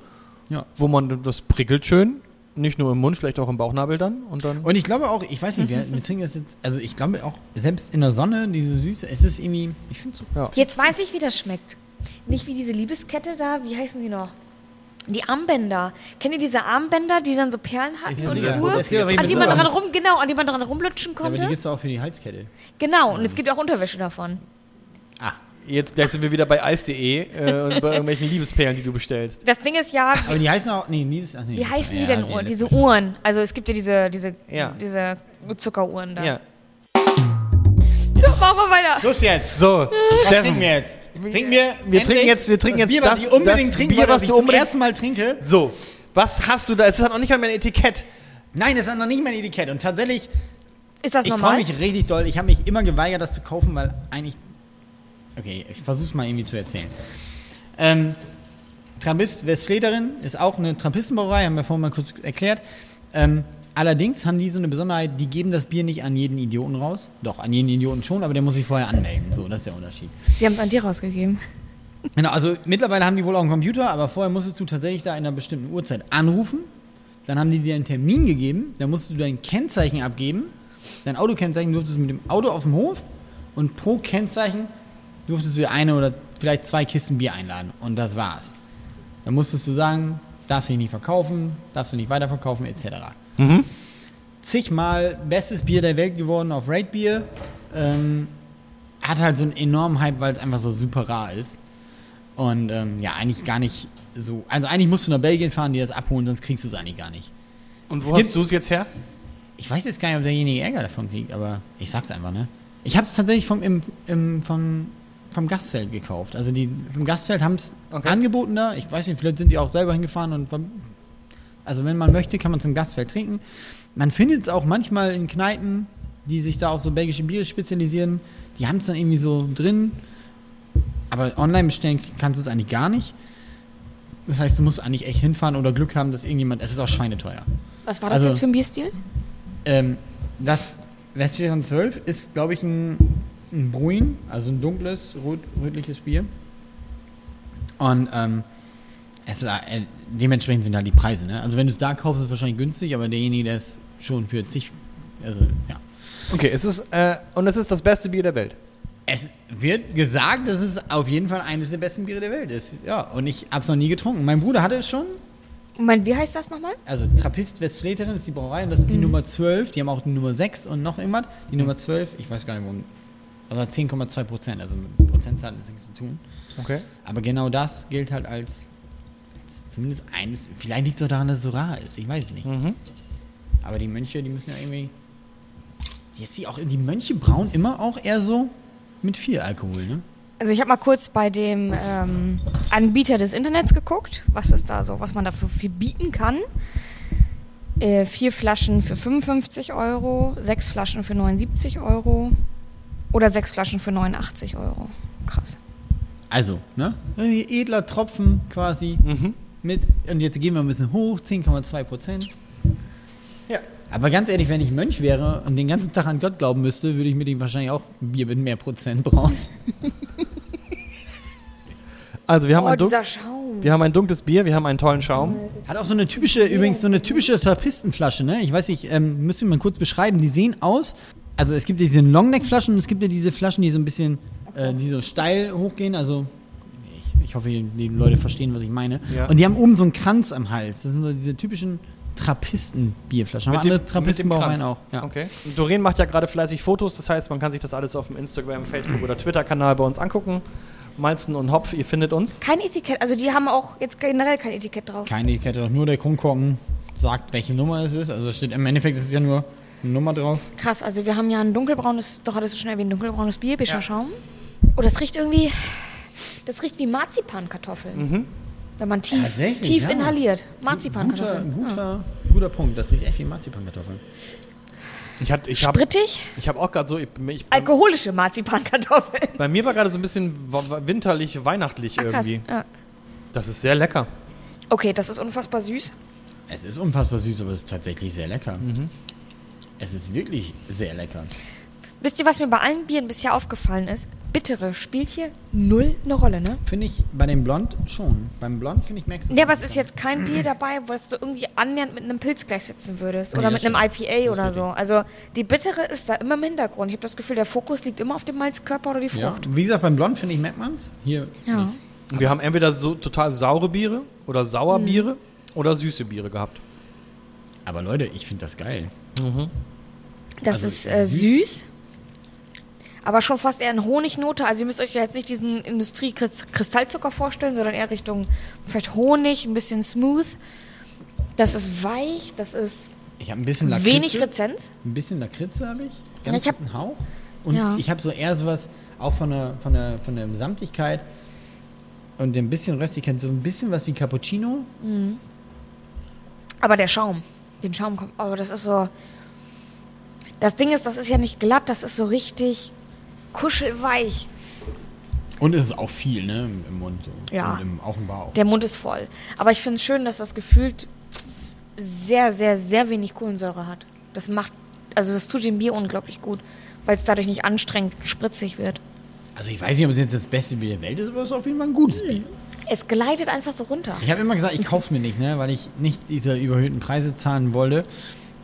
Speaker 5: Ja.
Speaker 1: wo man das prickelt schön. Nicht nur im Mund, vielleicht auch im Bauchnabel dann. Und dann.
Speaker 5: Und ich glaube auch, ich weiß nicht, wir, wir trinken das jetzt. Also ich glaube auch, selbst in der Sonne, diese Süße, es ist irgendwie. Ich finde so.
Speaker 1: Ja.
Speaker 2: Jetzt weiß ich, wie das schmeckt. Nicht wie diese Liebeskette da, wie heißen die noch? Die Armbänder. Kennt ihr diese Armbänder, die dann so Perlen hatten
Speaker 1: Ja,
Speaker 2: und
Speaker 1: ja.
Speaker 2: Uhr?
Speaker 1: Das geht aber
Speaker 2: An die
Speaker 1: so
Speaker 2: man
Speaker 1: an.
Speaker 2: dran rum, genau, an die man dran rumlutschen
Speaker 5: aber die
Speaker 2: konnte.
Speaker 5: gibt es auch für die Halskette.
Speaker 2: Genau, und es gibt auch Unterwäsche davon.
Speaker 5: Ach.
Speaker 1: Jetzt, jetzt sind wir wieder bei eis.de äh, und bei irgendwelchen Liebesperlen, die du bestellst.
Speaker 2: Das Ding ist ja,
Speaker 5: Aber die heißen auch. Nee, die ist, ach nee,
Speaker 2: wie heißen
Speaker 5: ja,
Speaker 2: die denn
Speaker 5: nee,
Speaker 2: Uhren?
Speaker 5: das-
Speaker 2: Diese Uhren. Also es gibt ja diese, diese,
Speaker 1: Ja.
Speaker 2: diese Zuckeruhren da.
Speaker 1: Ja.
Speaker 2: So, machen wir weiter.
Speaker 5: Los jetzt!
Speaker 1: So,
Speaker 5: Was trinken wir jetzt? Trinken wir,
Speaker 1: Wir trinken
Speaker 5: endlich
Speaker 1: jetzt- wir trinken
Speaker 5: das
Speaker 1: jetzt
Speaker 5: Bier, was
Speaker 1: das-
Speaker 5: ich unbedingt
Speaker 1: das
Speaker 5: trinken
Speaker 1: Bier,
Speaker 5: wollte,
Speaker 1: was
Speaker 5: ich
Speaker 1: du
Speaker 5: zum
Speaker 1: unbedingt-
Speaker 5: ersten Mal trinke.
Speaker 1: So, was hast du da? Es hat noch nicht mal mein Etikett.
Speaker 5: Nein, das ist noch nicht mein Etikett. Und tatsächlich,
Speaker 2: Ist das
Speaker 5: ich freue
Speaker 2: normal?
Speaker 5: mich richtig doll. Ich habe mich immer geweigert, das zu kaufen, weil eigentlich. Okay, ich versuche es mal irgendwie zu erzählen. Ähm, Trappist Westflederin ist auch eine Trappistenbrauerei, haben wir vorhin mal kurz erklärt. Ähm, allerdings haben die so eine Besonderheit, die geben das Bier nicht an jeden Idioten raus. Doch, an jeden Idioten schon, aber der muss sich vorher anmelden. So, das ist der Unterschied.
Speaker 2: Sie haben es an dir rausgegeben.
Speaker 5: Genau, also mittlerweile haben die wohl auch einen Computer, aber vorher musstest du tatsächlich da in einer bestimmten Uhrzeit anrufen. Dann haben die dir einen Termin gegeben, dann musstest du dein Kennzeichen abgeben Dein Autokennzeichen durftest du mit dem Auto auf dem Hof und pro Kennzeichen durftest du dir eine oder vielleicht zwei Kisten Bier einladen und das war's. Dann musstest du sagen, darfst du nicht verkaufen, darfst du nicht weiterverkaufen, etc. Zigmal bestes Bier der Welt geworden auf Raid Bier. Ähm, hat halt so einen enormen Hype, weil es einfach so super rar ist. Und ähm, ja, eigentlich gar nicht so. Also eigentlich musst du nach Belgien fahren, dir das abholen, sonst kriegst du es eigentlich gar nicht.
Speaker 1: Und
Speaker 5: Es
Speaker 1: wo hast
Speaker 5: gibt-
Speaker 1: du es jetzt her?
Speaker 5: Ich weiß jetzt gar nicht, ob derjenige Ärger davon kriegt, aber ich sag's einfach, ne? Ich hab's tatsächlich vom, im, im, vom, vom Gastfeld gekauft. Also die vom Gastfeld haben's
Speaker 1: Okay.
Speaker 5: angeboten da. Ich weiß nicht, vielleicht sind die auch selber hingefahren und ver- also wenn man möchte, kann man zum Gastfeld trinken. Man findet es auch manchmal in Kneipen, die sich da auf so belgische Biere spezialisieren. Die haben's dann irgendwie so drin. Aber online bestellen kannst du es eigentlich gar nicht. Das heißt, du musst eigentlich echt hinfahren oder Glück haben, dass irgendjemand. Es ist auch schweineteuer.
Speaker 2: Was war das
Speaker 5: Also-
Speaker 2: jetzt für ein Bierstil?
Speaker 5: Ähm, das Westfalen 12 ist, glaube ich, ein, ein Bruin, also ein dunkles, rot, rötliches Bier. Und ähm, es, war, äh, dementsprechend sind da die Preise. Ne? Also wenn du es da kaufst, ist es wahrscheinlich günstig, aber derjenige, der es schon für zig... Also, ja.
Speaker 1: Okay, es ist, äh, und es ist das beste Bier der Welt.
Speaker 5: Es wird gesagt, dass es auf jeden Fall eines der besten Biere der Welt ist. Ja, und ich habe es noch nie getrunken. Mein Bruder hatte es schon.
Speaker 2: Moment, wie heißt das nochmal?
Speaker 5: Also Trappist Westfleterin ist die Brauerei und das ist die Nummer 12. Die haben auch die Nummer 6 und noch irgendwas. Die Nummer 12, ich weiß gar nicht warum. Also 10,2 Prozent, also mit Prozentzahlen hat das nichts zu tun.
Speaker 1: Okay.
Speaker 5: Aber genau das gilt halt als, als zumindest eines. Vielleicht liegt es auch daran, dass es so rar ist. Ich weiß es nicht.
Speaker 1: Mhm.
Speaker 5: Aber die Mönche, die müssen ja irgendwie. Die, ist die, auch, die Mönche brauen immer auch eher so mit viel Alkohol, ne?
Speaker 2: Also ich habe mal kurz bei dem ähm, Anbieter des Internets geguckt, was ist da so, was man dafür viel bieten kann. Äh, vier Flaschen für 55 Euro, sechs Flaschen für 79 Euro oder sechs Flaschen für 89 Euro. Krass.
Speaker 5: Also, ne? Irgendwie edler Tropfen quasi. Mit, und jetzt gehen wir ein bisschen hoch, 10,2 Prozent.
Speaker 1: Ja.
Speaker 5: Aber ganz ehrlich, wenn ich Mönch wäre und den ganzen Tag an Gott glauben müsste, würde ich mir den wahrscheinlich auch ein Bier mit mehr Prozent brauen.
Speaker 1: Also wir haben,
Speaker 2: Oh,
Speaker 1: ein dunk-
Speaker 2: dieser Schaum.
Speaker 1: wir haben ein dunkles Bier, wir haben einen tollen Schaum.
Speaker 5: Hat auch so eine typische, übrigens so eine typische Trappistenflasche, ne? Ich weiß nicht, ähm, müsst ihr mal kurz beschreiben. Die sehen aus, also es gibt ja diese Longneck-Flaschen und es gibt ja diese Flaschen, die so ein bisschen, äh, die so steil hochgehen, also ich, ich hoffe, die Leute verstehen, was ich meine.
Speaker 1: Ja.
Speaker 5: Und die haben oben so einen Kranz am Hals. Das sind so diese typischen Trappisten-Bierflaschen. Haben andere Trappistenbrauereien
Speaker 1: Kranz.
Speaker 5: auch. Ja.
Speaker 1: Okay. Und Doreen macht ja gerade fleißig Fotos, das heißt, man kann sich das alles auf dem Instagram, Facebook oder Twitter-Kanal bei uns angucken. Malzen und Hopf, ihr findet uns.
Speaker 2: Kein Etikett, also die haben auch jetzt generell kein Etikett drauf.
Speaker 5: Keine Kette, nur der Kronkorken sagt, welche Nummer es ist. Also es steht im Endeffekt ist es ja nur eine Nummer drauf.
Speaker 2: Krass, also wir haben ja ein dunkelbraunes, doch hattest du schon erwähnt, dunkelbraunes Bier, bischer Schaum. Oh, das riecht irgendwie, das riecht wie Marzipankartoffeln.
Speaker 1: Mhm.
Speaker 2: Wenn man tief,
Speaker 5: Tatsächlich,
Speaker 2: tief
Speaker 5: ja.
Speaker 2: inhaliert.
Speaker 5: Guter,
Speaker 2: Marzipankartoffeln. Ja.
Speaker 5: guter, guter Punkt. Das riecht echt wie Marzipankartoffeln.
Speaker 1: Ich hab, ich hab,
Speaker 2: Sprittig,
Speaker 1: ich hab auch gerade so, ich, ich,
Speaker 2: alkoholische Marzipankartoffeln.
Speaker 1: bei mir war gerade so ein bisschen wa- wa- winterlich, weihnachtlich
Speaker 2: Ah, krass.
Speaker 1: irgendwie.
Speaker 2: Ja.
Speaker 1: Das ist sehr lecker.
Speaker 2: Okay, das ist unfassbar süß.
Speaker 5: Es ist unfassbar süß, aber es ist tatsächlich sehr lecker. Es ist wirklich sehr lecker.
Speaker 2: Wisst ihr, was mir bei allen Bieren bisher aufgefallen ist? Bittere spielt hier null eine Rolle, ne?
Speaker 5: Finde ich bei dem Blond schon. Beim Blond finde ich merkst du es
Speaker 2: Ja, aber es
Speaker 5: nicht.
Speaker 2: ist jetzt kein Bier dabei, wo es so irgendwie annähernd mit einem Pilz gleichsetzen würdest. Oder
Speaker 5: das
Speaker 2: mit einem
Speaker 5: stimmt.
Speaker 2: IPA oder
Speaker 5: richtig.
Speaker 2: so. Also die bittere ist da immer im Hintergrund. Ich habe das Gefühl, der Fokus liegt immer auf dem Malzkörper oder die
Speaker 5: ja.
Speaker 2: Frucht.
Speaker 5: Wie gesagt, beim Blond finde ich merkt man es. Hier
Speaker 2: Ja.
Speaker 5: nicht.
Speaker 1: Und wir haben entweder so total saure Biere oder Sauerbiere oder süße Biere gehabt.
Speaker 5: Aber Leute, ich finde das geil.
Speaker 2: Das
Speaker 5: Also
Speaker 2: ist äh,
Speaker 5: süß.
Speaker 2: süß. aber schon fast eher eine Honignote. Also ihr müsst euch ja jetzt nicht diesen Industriekristallzucker vorstellen, sondern eher Richtung vielleicht Honig, ein bisschen smooth. Das ist weich, das ist
Speaker 5: Ich habe ein bisschen Lakritze.
Speaker 2: wenig Rezenz.
Speaker 5: Ein bisschen Lakritze habe ich.
Speaker 2: Ja,
Speaker 5: Ganz
Speaker 2: ich hab-
Speaker 5: einen Hauch. Und
Speaker 2: Ja.
Speaker 5: ich habe so eher sowas, auch von der, von der, von der Samtigkeit und dem bisschen Röstigkeit, so ein bisschen was wie Cappuccino.
Speaker 2: Aber der Schaum, den Schaum kommt. Oh, das ist so. Das Ding ist, das ist ja nicht glatt, das ist so richtig kuschelweich.
Speaker 5: Und es ist auch viel, ne? Im, im Mund. So.
Speaker 2: Ja.
Speaker 5: Und im, auch im Bauch.
Speaker 2: Der Mund ist voll. Aber ich finde es schön, dass das gefühlt sehr, sehr, sehr wenig Kohlensäure hat. Das macht, also das tut dem Bier unglaublich gut, weil es dadurch nicht anstrengend und spritzig wird.
Speaker 5: Also ich weiß nicht, ob es jetzt das beste Bier der Welt ist, aber es ist auf jeden Fall ein gutes Bier.
Speaker 2: Es gleitet einfach so runter.
Speaker 5: Ich habe immer gesagt, ich kaufe es mir nicht, ne? Weil ich nicht diese überhöhten Preise zahlen wollte.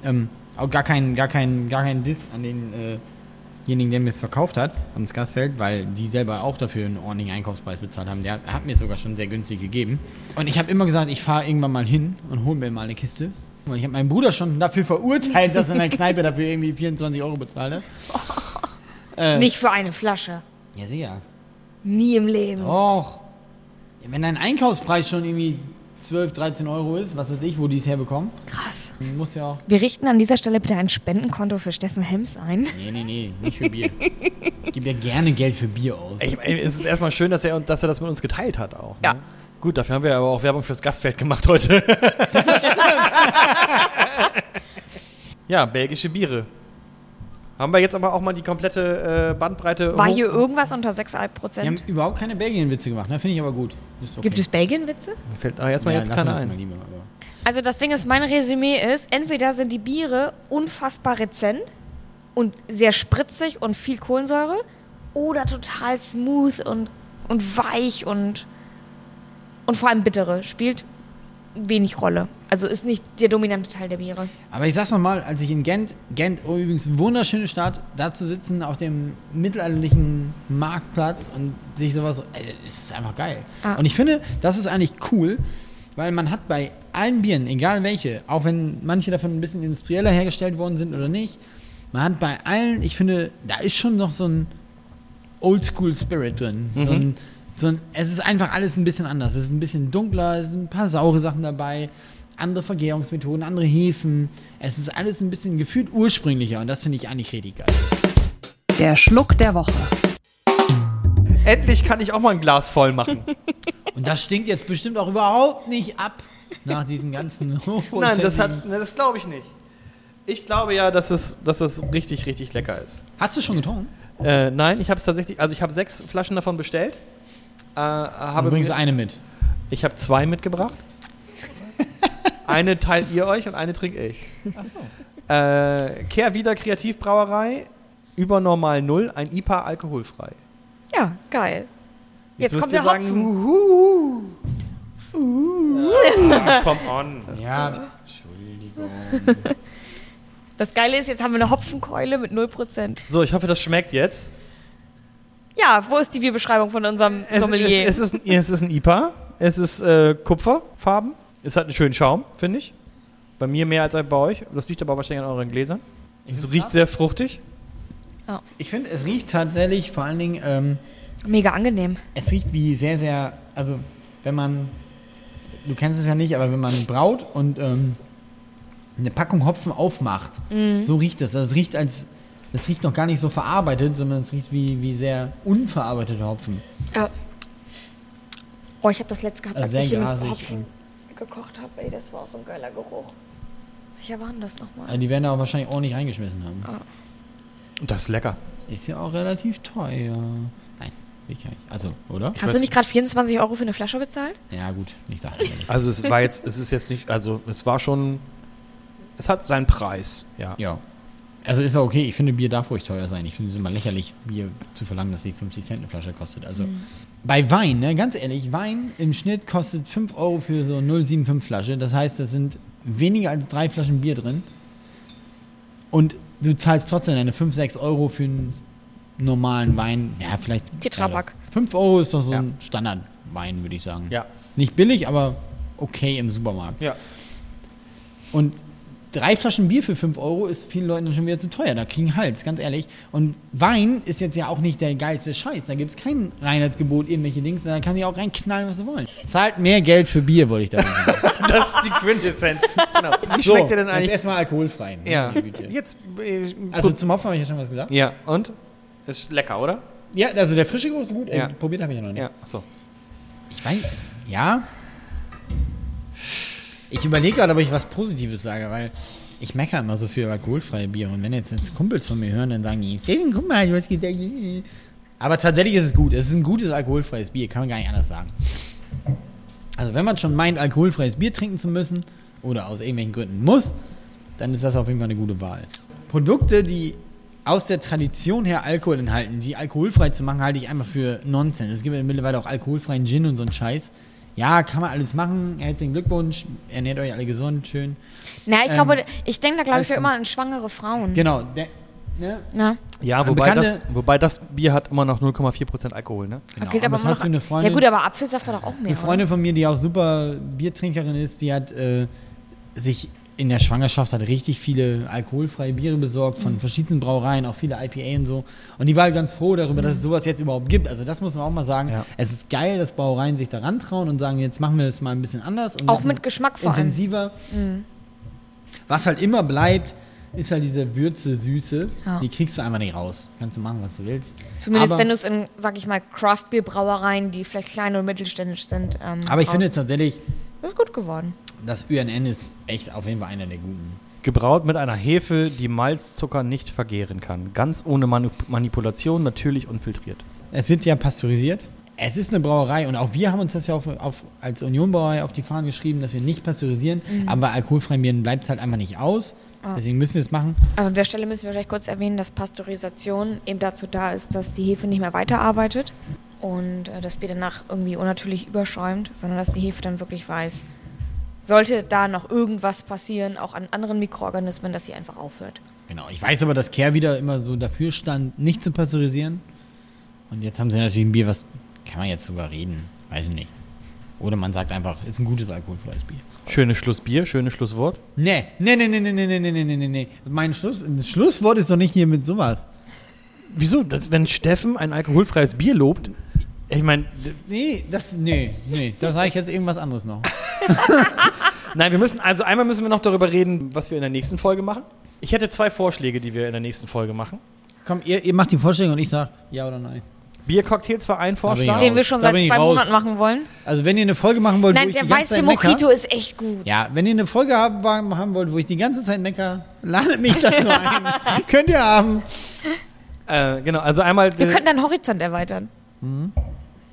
Speaker 5: Ähm, Auch gar kein, gar kein, gar kein Diss an denjenigen, der mir es verkauft hat, ans Gasfeld, weil die selber auch dafür einen ordentlichen Einkaufspreis bezahlt haben. Der hat- hat mir es sogar schon sehr günstig gegeben. Und ich habe immer gesagt, ich fahre irgendwann mal hin und hole mir mal eine Kiste. Und ich habe meinen Bruder schon dafür verurteilt, dass er in der Kneipe dafür irgendwie 24 Euro bezahlt hat.
Speaker 2: Nicht für eine Flasche.
Speaker 5: Ja, sicher.
Speaker 2: Nie im Leben.
Speaker 5: Doch. Ja, wenn dein Einkaufspreis schon irgendwie 12, 13 Euro ist, was weiß ich, wo die es herbekommen,
Speaker 2: Krass.
Speaker 5: dann muss ja auch.
Speaker 2: Wir richten an dieser Stelle bitte ein Spendenkonto für Steffen Hems ein.
Speaker 5: Nee, nee, nee, nicht für Bier. Ich gebe ja gerne Geld für Bier aus.
Speaker 1: Ich, meine, es ist erstmal schön, dass er, dass er das mit uns geteilt hat auch.
Speaker 2: Ja.
Speaker 1: Ne? Gut, dafür haben wir aber auch Werbung fürs Gastfeld gemacht heute. ja, belgische Biere. Haben wir jetzt aber auch mal die komplette äh, Bandbreite.
Speaker 2: War
Speaker 1: hoch-
Speaker 2: hier irgendwas unter 6,5
Speaker 5: Wir haben
Speaker 2: Prozent?
Speaker 5: überhaupt keine Belgien-Witze gemacht, ne? Finde ich aber gut. Ist okay.
Speaker 2: Gibt es Belgien-Witze?
Speaker 1: Fällt ah, jetzt mal
Speaker 5: ja,
Speaker 1: jetzt
Speaker 5: lassen
Speaker 1: keiner
Speaker 5: wir das mal
Speaker 1: ein.
Speaker 5: lieber, aber-
Speaker 2: Also das Ding ist, mein Resümee ist, entweder sind die Biere unfassbar rezent und sehr spritzig und viel Kohlensäure oder total smooth und, und weich und, und vor allem bittere. Spielt wenig Rolle. Also ist nicht der dominante Teil der Biere.
Speaker 5: Aber ich sag's nochmal, als ich in Gent, Gent oh, übrigens eine wunderschöne Stadt, da zu sitzen auf dem mittelalterlichen Marktplatz und sich sowas, äh, es ist einfach geil.
Speaker 2: Ah.
Speaker 5: Und ich finde, das ist eigentlich cool, weil man hat bei allen Bieren, egal welche, auch wenn manche davon ein bisschen industrieller hergestellt worden sind oder nicht, man hat bei allen, ich finde, da ist schon noch so ein Oldschool-Spirit drin. So ein, so ein, es ist einfach alles ein bisschen anders. Es ist ein bisschen dunkler, es sind ein paar saure Sachen dabei, andere Vergärungsmethoden, andere Hefen. Es ist alles ein bisschen gefühlt ursprünglicher und das finde ich eigentlich richtig geil.
Speaker 3: Der Schluck der Woche.
Speaker 1: Endlich kann ich auch mal ein Glas voll machen.
Speaker 5: Und das stinkt jetzt bestimmt auch überhaupt nicht ab nach diesen ganzen
Speaker 1: Nein, das hat, ne, das glaube ich nicht. Ich glaube ja, dass es, dass es richtig, richtig lecker ist.
Speaker 5: Hast du schon getrunken?
Speaker 1: Äh, nein, ich habe es tatsächlich, also ich habe sechs Flaschen davon bestellt. Äh, habe
Speaker 5: Übrigens
Speaker 1: mir-
Speaker 5: eine mit.
Speaker 1: Ich habe zwei mitgebracht. eine teilt ihr euch und eine trink ich. Äh, Kehr wieder Kreativbrauerei, übernormal null, ein IPA alkoholfrei.
Speaker 2: Ja, geil. Jetzt,
Speaker 1: müsst
Speaker 2: kommt
Speaker 1: ihr
Speaker 2: der
Speaker 1: sagen, hm.
Speaker 2: Hopfen.
Speaker 1: uhuhu. Ja, come on.
Speaker 5: Ja.
Speaker 2: Das Geile ist, jetzt haben wir eine Hopfenkeule mit 0%.
Speaker 1: So, ich hoffe, das schmeckt jetzt.
Speaker 2: Ja, wo ist die Bierbeschreibung von unserem
Speaker 1: Es, es,
Speaker 2: Sommelier?
Speaker 1: es, ist, ein- es ist ein IPA, es ist äh, Kupferfarben, es hat einen schönen Schaum, finde ich. Bei mir mehr als bei euch. Das liegt aber wahrscheinlich an euren Gläsern. Es riecht sehr fruchtig.
Speaker 5: Ich finde, es riecht tatsächlich vor allen Dingen. Ähm,
Speaker 2: Mega angenehm.
Speaker 5: Es riecht wie sehr, sehr, also wenn man, du kennst es ja nicht, aber wenn man braut und ähm, eine Packung Hopfen aufmacht,
Speaker 2: Mhm.
Speaker 5: so riecht es. Also es riecht als, es riecht noch gar nicht so verarbeitet, sondern es riecht wie, wie sehr unverarbeiteter Hopfen.
Speaker 2: Ja. Oh, ich habe das letzte gehabt,
Speaker 5: Also
Speaker 2: als
Speaker 5: sehr
Speaker 2: ich hier mit
Speaker 5: grasig
Speaker 2: Hopfen gekocht habe. Ey, das war auch so ein geiler Geruch. Welcher war denn das nochmal?
Speaker 5: Also die werden da auch wahrscheinlich ordentlich reingeschmissen haben.
Speaker 2: Ah.
Speaker 1: Und das ist lecker.
Speaker 5: Ist ja auch relativ teuer. Nein, will ich gar nicht. Also, oder?
Speaker 2: Hast du nicht gerade 24 Euro für eine Flasche bezahlt?
Speaker 5: Ja gut, nicht sagen.
Speaker 1: Also es war jetzt, es ist jetzt nicht, also es war schon, es hat seinen Preis, ja.
Speaker 5: ja. Also ist auch okay, ich finde Bier darf ruhig teuer sein. Ich finde es immer lächerlich, Bier zu verlangen, dass die 50 Cent eine Flasche kostet. Also bei Wein, ne, ganz ehrlich, Wein im Schnitt kostet 5 Euro für so 0,75 Flasche. Das heißt, das sind weniger als drei Flaschen Bier drin. Und du zahlst trotzdem deine 5, 6 Euro für einen normalen Wein. Ja, vielleicht.
Speaker 2: Tetra Pak.
Speaker 5: 5 Euro ist doch so
Speaker 1: Ja.
Speaker 5: ein Standardwein, würde ich sagen.
Speaker 1: Ja.
Speaker 5: Nicht billig, aber okay im Supermarkt.
Speaker 1: Ja.
Speaker 5: Und drei Flaschen Bier für 5 Euro ist vielen Leuten dann schon wieder zu teuer. Da kriegen Hals, ganz ehrlich. Und Wein ist jetzt ja auch nicht der geilste Scheiß. Da gibt es kein Reinheitsgebot, irgendwelche Dings. Da kann sie auch reinknallen, was sie wollen. Zahlt mehr Geld für Bier, wollte ich damit sagen.
Speaker 1: Das ist die Quintessenz. Genau. Wie schmeckt ihr denn
Speaker 5: jetzt
Speaker 1: eigentlich?
Speaker 5: Erstmal alkoholfrei. ne? meine
Speaker 1: Ja.
Speaker 5: Güte.
Speaker 1: Jetzt. äh,
Speaker 5: Also
Speaker 1: Pro-
Speaker 5: zum Hopfen habe ich ja schon was gesagt.
Speaker 1: ja, und? Ist lecker, oder?
Speaker 5: Ja, also der frische Geruch ist gut.
Speaker 1: Ja.
Speaker 5: Äh, probiert habe ich ja noch nicht.
Speaker 1: Ja, so.
Speaker 5: Ich weiß. Ja. Ich überlege gerade, ob ich was Positives sage, weil ich meckere immer so viel über alkoholfreie Bier. Und wenn jetzt, jetzt Kumpels von mir hören, dann sagen die, Steven, guck mal, du hast gedacht. äh." Aber tatsächlich ist es gut. Es ist ein gutes alkoholfreies Bier, kann man gar nicht anders sagen. Also wenn man schon meint, alkoholfreies Bier trinken zu müssen oder aus irgendwelchen Gründen muss, dann ist das auf jeden Fall eine gute Wahl. Produkte, die aus der Tradition her Alkohol enthalten, die alkoholfrei zu machen, halte ich einfach für Nonsens. Es gibt ja mittlerweile auch alkoholfreien Gin und so einen Scheiß. ja, kann man alles machen. Herzlichen Glückwunsch. Ernährt euch alle gesund, schön.
Speaker 2: Na, ich
Speaker 5: Ähm, äh,
Speaker 2: glaube, ich denke da, glaube ich,
Speaker 5: alles
Speaker 2: immer an schwangere Frauen.
Speaker 5: Genau. Der, ne?
Speaker 2: Na?
Speaker 1: Ja,
Speaker 5: Eine
Speaker 1: wobei das,
Speaker 5: bekannte-
Speaker 1: wobei das Bier hat immer noch 0,4% Alkohol, ne?
Speaker 5: Genau.
Speaker 2: Gilt aber immer noch.
Speaker 5: trotzdem eine Freundin,
Speaker 2: ja gut, aber Apfelsaft hat doch auch mehr.
Speaker 5: Eine Freundin von mir, die auch super Biertrinkerin ist, die hat äh, sich in der Schwangerschaft hat richtig viele alkoholfreie Biere besorgt
Speaker 2: Mhm.
Speaker 5: von verschiedensten Brauereien, auch viele IPA und so. Und die war halt ganz froh darüber,
Speaker 2: Mhm.
Speaker 5: dass es sowas jetzt überhaupt gibt. Also das muss man auch mal sagen.
Speaker 1: Ja.
Speaker 5: Es ist geil, dass Brauereien sich da rantrauen und sagen, jetzt machen wir das mal ein bisschen anders. Und
Speaker 2: Auch
Speaker 5: ein bisschen
Speaker 2: mit Geschmack vor allem. Mhm.
Speaker 5: Intensiver. Was halt immer bleibt, ist halt diese Würze, Süße.
Speaker 2: Ja.
Speaker 5: Die kriegst du einfach nicht raus. Kannst du machen, was du willst.
Speaker 2: Zumindest
Speaker 5: Aber-
Speaker 2: wenn du es in, sag ich mal, Craft-Bier-Brauereien, die vielleicht klein und mittelständisch sind. Ähm,
Speaker 5: Aber ich finde
Speaker 2: raus.
Speaker 5: jetzt tatsächlich,
Speaker 2: Das ist gut geworden.
Speaker 5: das UNN ist echt auf jeden Fall einer der guten.
Speaker 1: Gebraut mit einer Hefe, die Malzzucker nicht vergären kann. Ganz ohne Manu Manipulation, natürlich unfiltriert.
Speaker 5: Es wird ja pasteurisiert. Es ist eine Brauerei und auch wir haben uns das ja auf, auf, als Unionbrauerei auf die Fahnen geschrieben, dass wir nicht pasteurisieren. Aber bei alkoholfreien Bieren bleibt es halt einfach nicht aus. Deswegen müssen wir es machen.
Speaker 2: Also an der Stelle müssen wir vielleicht kurz erwähnen, dass Pasteurisation eben dazu da ist, dass die Hefe nicht mehr weiterarbeitet und äh, das Bier danach irgendwie unnatürlich überschäumt, sondern dass die Hefe dann wirklich weiß, sollte da noch irgendwas passieren, auch an anderen Mikroorganismen, dass sie einfach aufhört.
Speaker 5: Genau. Ich weiß aber, dass Care wieder immer so dafür stand, nicht zu pasteurisieren. Und jetzt haben sie natürlich ein Bier, was kann man jetzt drüber reden? Weiß ich nicht. Oder man sagt einfach, ist ein gutes alkoholfreies Bier.
Speaker 1: Schönes Schlussbier, schönes Schlusswort.
Speaker 5: Nee, nee, nee, nee, nee, nee, nee, nee, nee, nee, nee. Mein Schluss, das Schlusswort ist doch nicht hier mit sowas.
Speaker 1: Wieso? Das, wenn Steffen ein alkoholfreies Bier lobt, ich meine,
Speaker 5: Nee, das, nee, nee. Da sage ich jetzt irgendwas anderes noch.
Speaker 1: nein, wir müssen, also einmal müssen wir noch darüber reden, was wir in der nächsten Folge machen. Ich hätte zwei Vorschläge, die wir in der nächsten Folge machen.
Speaker 5: Komm, ihr, ihr macht die Vorstellung und ich sag ja oder nein.
Speaker 1: Biercocktails war ein Vorschlag.
Speaker 5: Da bin
Speaker 2: Den
Speaker 5: ich
Speaker 2: wir schon
Speaker 5: Da
Speaker 2: seit
Speaker 5: bin ich
Speaker 2: zwei
Speaker 5: raus.
Speaker 2: Monaten machen wollen.
Speaker 5: Also wenn ihr eine Folge machen wollt, wo
Speaker 2: Nein,
Speaker 5: ich die
Speaker 2: der weiße
Speaker 5: ganze Zeit
Speaker 2: Mojito
Speaker 5: mecker,
Speaker 2: ist echt gut.
Speaker 5: Ja, wenn ihr eine Folge haben, haben wollt, wo ich die ganze Zeit mecker, ladet mich das nur ein. Könnt ihr haben.
Speaker 1: Äh, genau, also einmal,
Speaker 2: Wir
Speaker 1: äh,
Speaker 2: könnten deinen Horizont erweitern.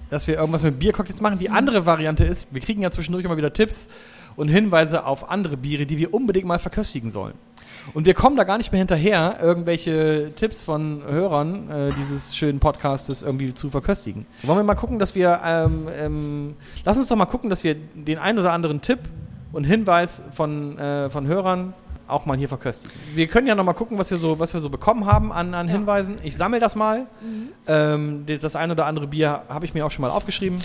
Speaker 1: dass wir irgendwas mit Biercocktails machen. Die andere Variante ist, wir kriegen ja zwischendurch immer wieder Tipps und Hinweise auf andere Biere, die wir unbedingt mal verköstigen sollen. Und wir kommen da gar nicht mehr hinterher, irgendwelche Tipps von Hörern äh, dieses schönen Podcastes irgendwie zu verköstigen. Wollen wir mal gucken, dass wir, ähm, ähm, lass uns doch mal gucken, dass wir den einen oder anderen Tipp und Hinweis von, äh, von Hörern auch mal hier verköstigen. Wir können ja noch mal gucken, was wir so, was wir so bekommen haben an, an Hinweisen. Ich sammle das mal.
Speaker 2: Mhm.
Speaker 1: Ähm, das das ein oder andere Bier habe ich mir auch schon mal aufgeschrieben.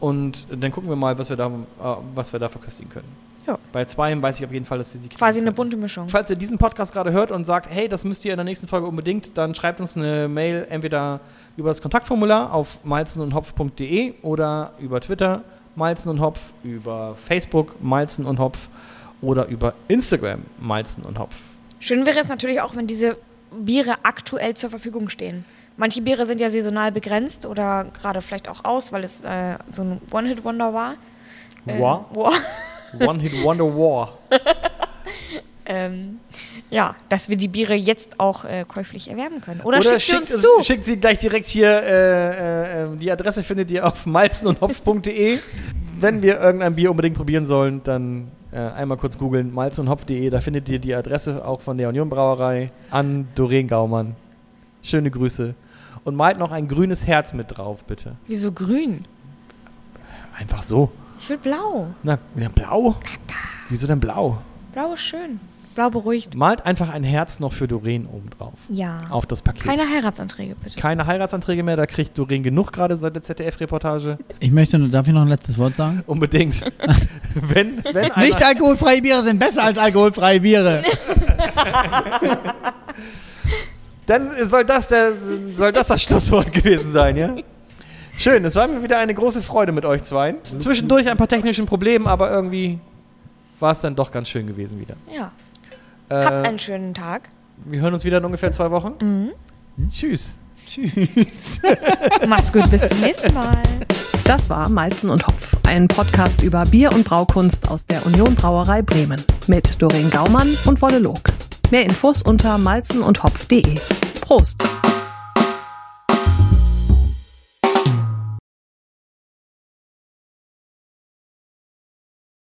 Speaker 1: Und dann gucken wir mal, was wir da, äh, was wir da verköstigen können.
Speaker 2: Ja.
Speaker 1: Bei zweien weiß ich auf jeden Fall, dass wir sie kriegen
Speaker 2: Quasi eine
Speaker 1: können.
Speaker 2: bunte Mischung.
Speaker 1: Falls ihr diesen Podcast gerade hört und sagt, hey, das müsst ihr in der nächsten Folge unbedingt, dann schreibt uns eine Mail entweder über das Kontaktformular auf malzenundhopf.de oder über Twitter Malzen und Hopf, über Facebook Malzen und Hopf oder über Instagram Malzen und Hopf.
Speaker 2: Schön wäre es natürlich auch, wenn diese Biere aktuell zur Verfügung stehen. Manche Biere sind ja saisonal begrenzt oder gerade vielleicht auch aus, weil es äh, so ein One-Hit-Wonder war. Ähm,
Speaker 1: War?
Speaker 2: War.
Speaker 1: One Hit Wonder War.
Speaker 2: Ähm, ja, dass wir die Biere jetzt auch äh, käuflich erwerben können. Oder,
Speaker 1: Oder
Speaker 2: schickt sie uns
Speaker 1: es-
Speaker 2: zu.
Speaker 1: schickt sie gleich direkt hier. Äh, äh, äh, die Adresse findet ihr auf malzenundhopf.de. Wenn wir irgendein Bier unbedingt probieren sollen, dann äh, einmal kurz googeln malzenundhopf.de. Da findet ihr die Adresse auch von der Union Brauerei an Doreen Gaumann. Schöne Grüße. Und malt noch ein grünes Herz mit drauf, bitte.
Speaker 2: Wieso grün?
Speaker 1: Einfach so.
Speaker 2: Ich will blau.
Speaker 1: Na, ja, blau? Wieso denn blau?
Speaker 2: Blau ist schön. Blau beruhigt.
Speaker 1: Malt einfach ein Herz noch für Doreen oben drauf.
Speaker 2: Ja.
Speaker 1: Auf das Paket.
Speaker 2: Keine Heiratsanträge, bitte.
Speaker 1: Keine Heiratsanträge mehr, da kriegt Doreen genug gerade seit der ZDF-Reportage.
Speaker 5: Ich möchte, nur- darf ich noch ein letztes Wort sagen?
Speaker 1: Unbedingt. wenn, wenn einer,
Speaker 5: Nicht alkoholfreie Biere sind besser als alkoholfreie Biere.
Speaker 1: dann soll das, der, soll das das Schlusswort gewesen sein, ja? Schön, es war mir wieder eine große Freude mit euch zwei. Zwischendurch ein paar technischen Probleme, aber irgendwie war es dann doch ganz schön gewesen wieder.
Speaker 2: Ja. Habt
Speaker 1: Äh,
Speaker 2: einen schönen Tag.
Speaker 1: wir hören uns wieder in ungefähr zwei Wochen. Tschüss.
Speaker 2: Macht's gut, bis zum nächsten Mal.
Speaker 3: Das war Malzen und Hopf, ein Podcast über Bier und Braukunst aus der Union Brauerei Bremen mit Doreen Gaumann und Wolle Log. Mehr Infos unter malzenundhopf.de. Prost!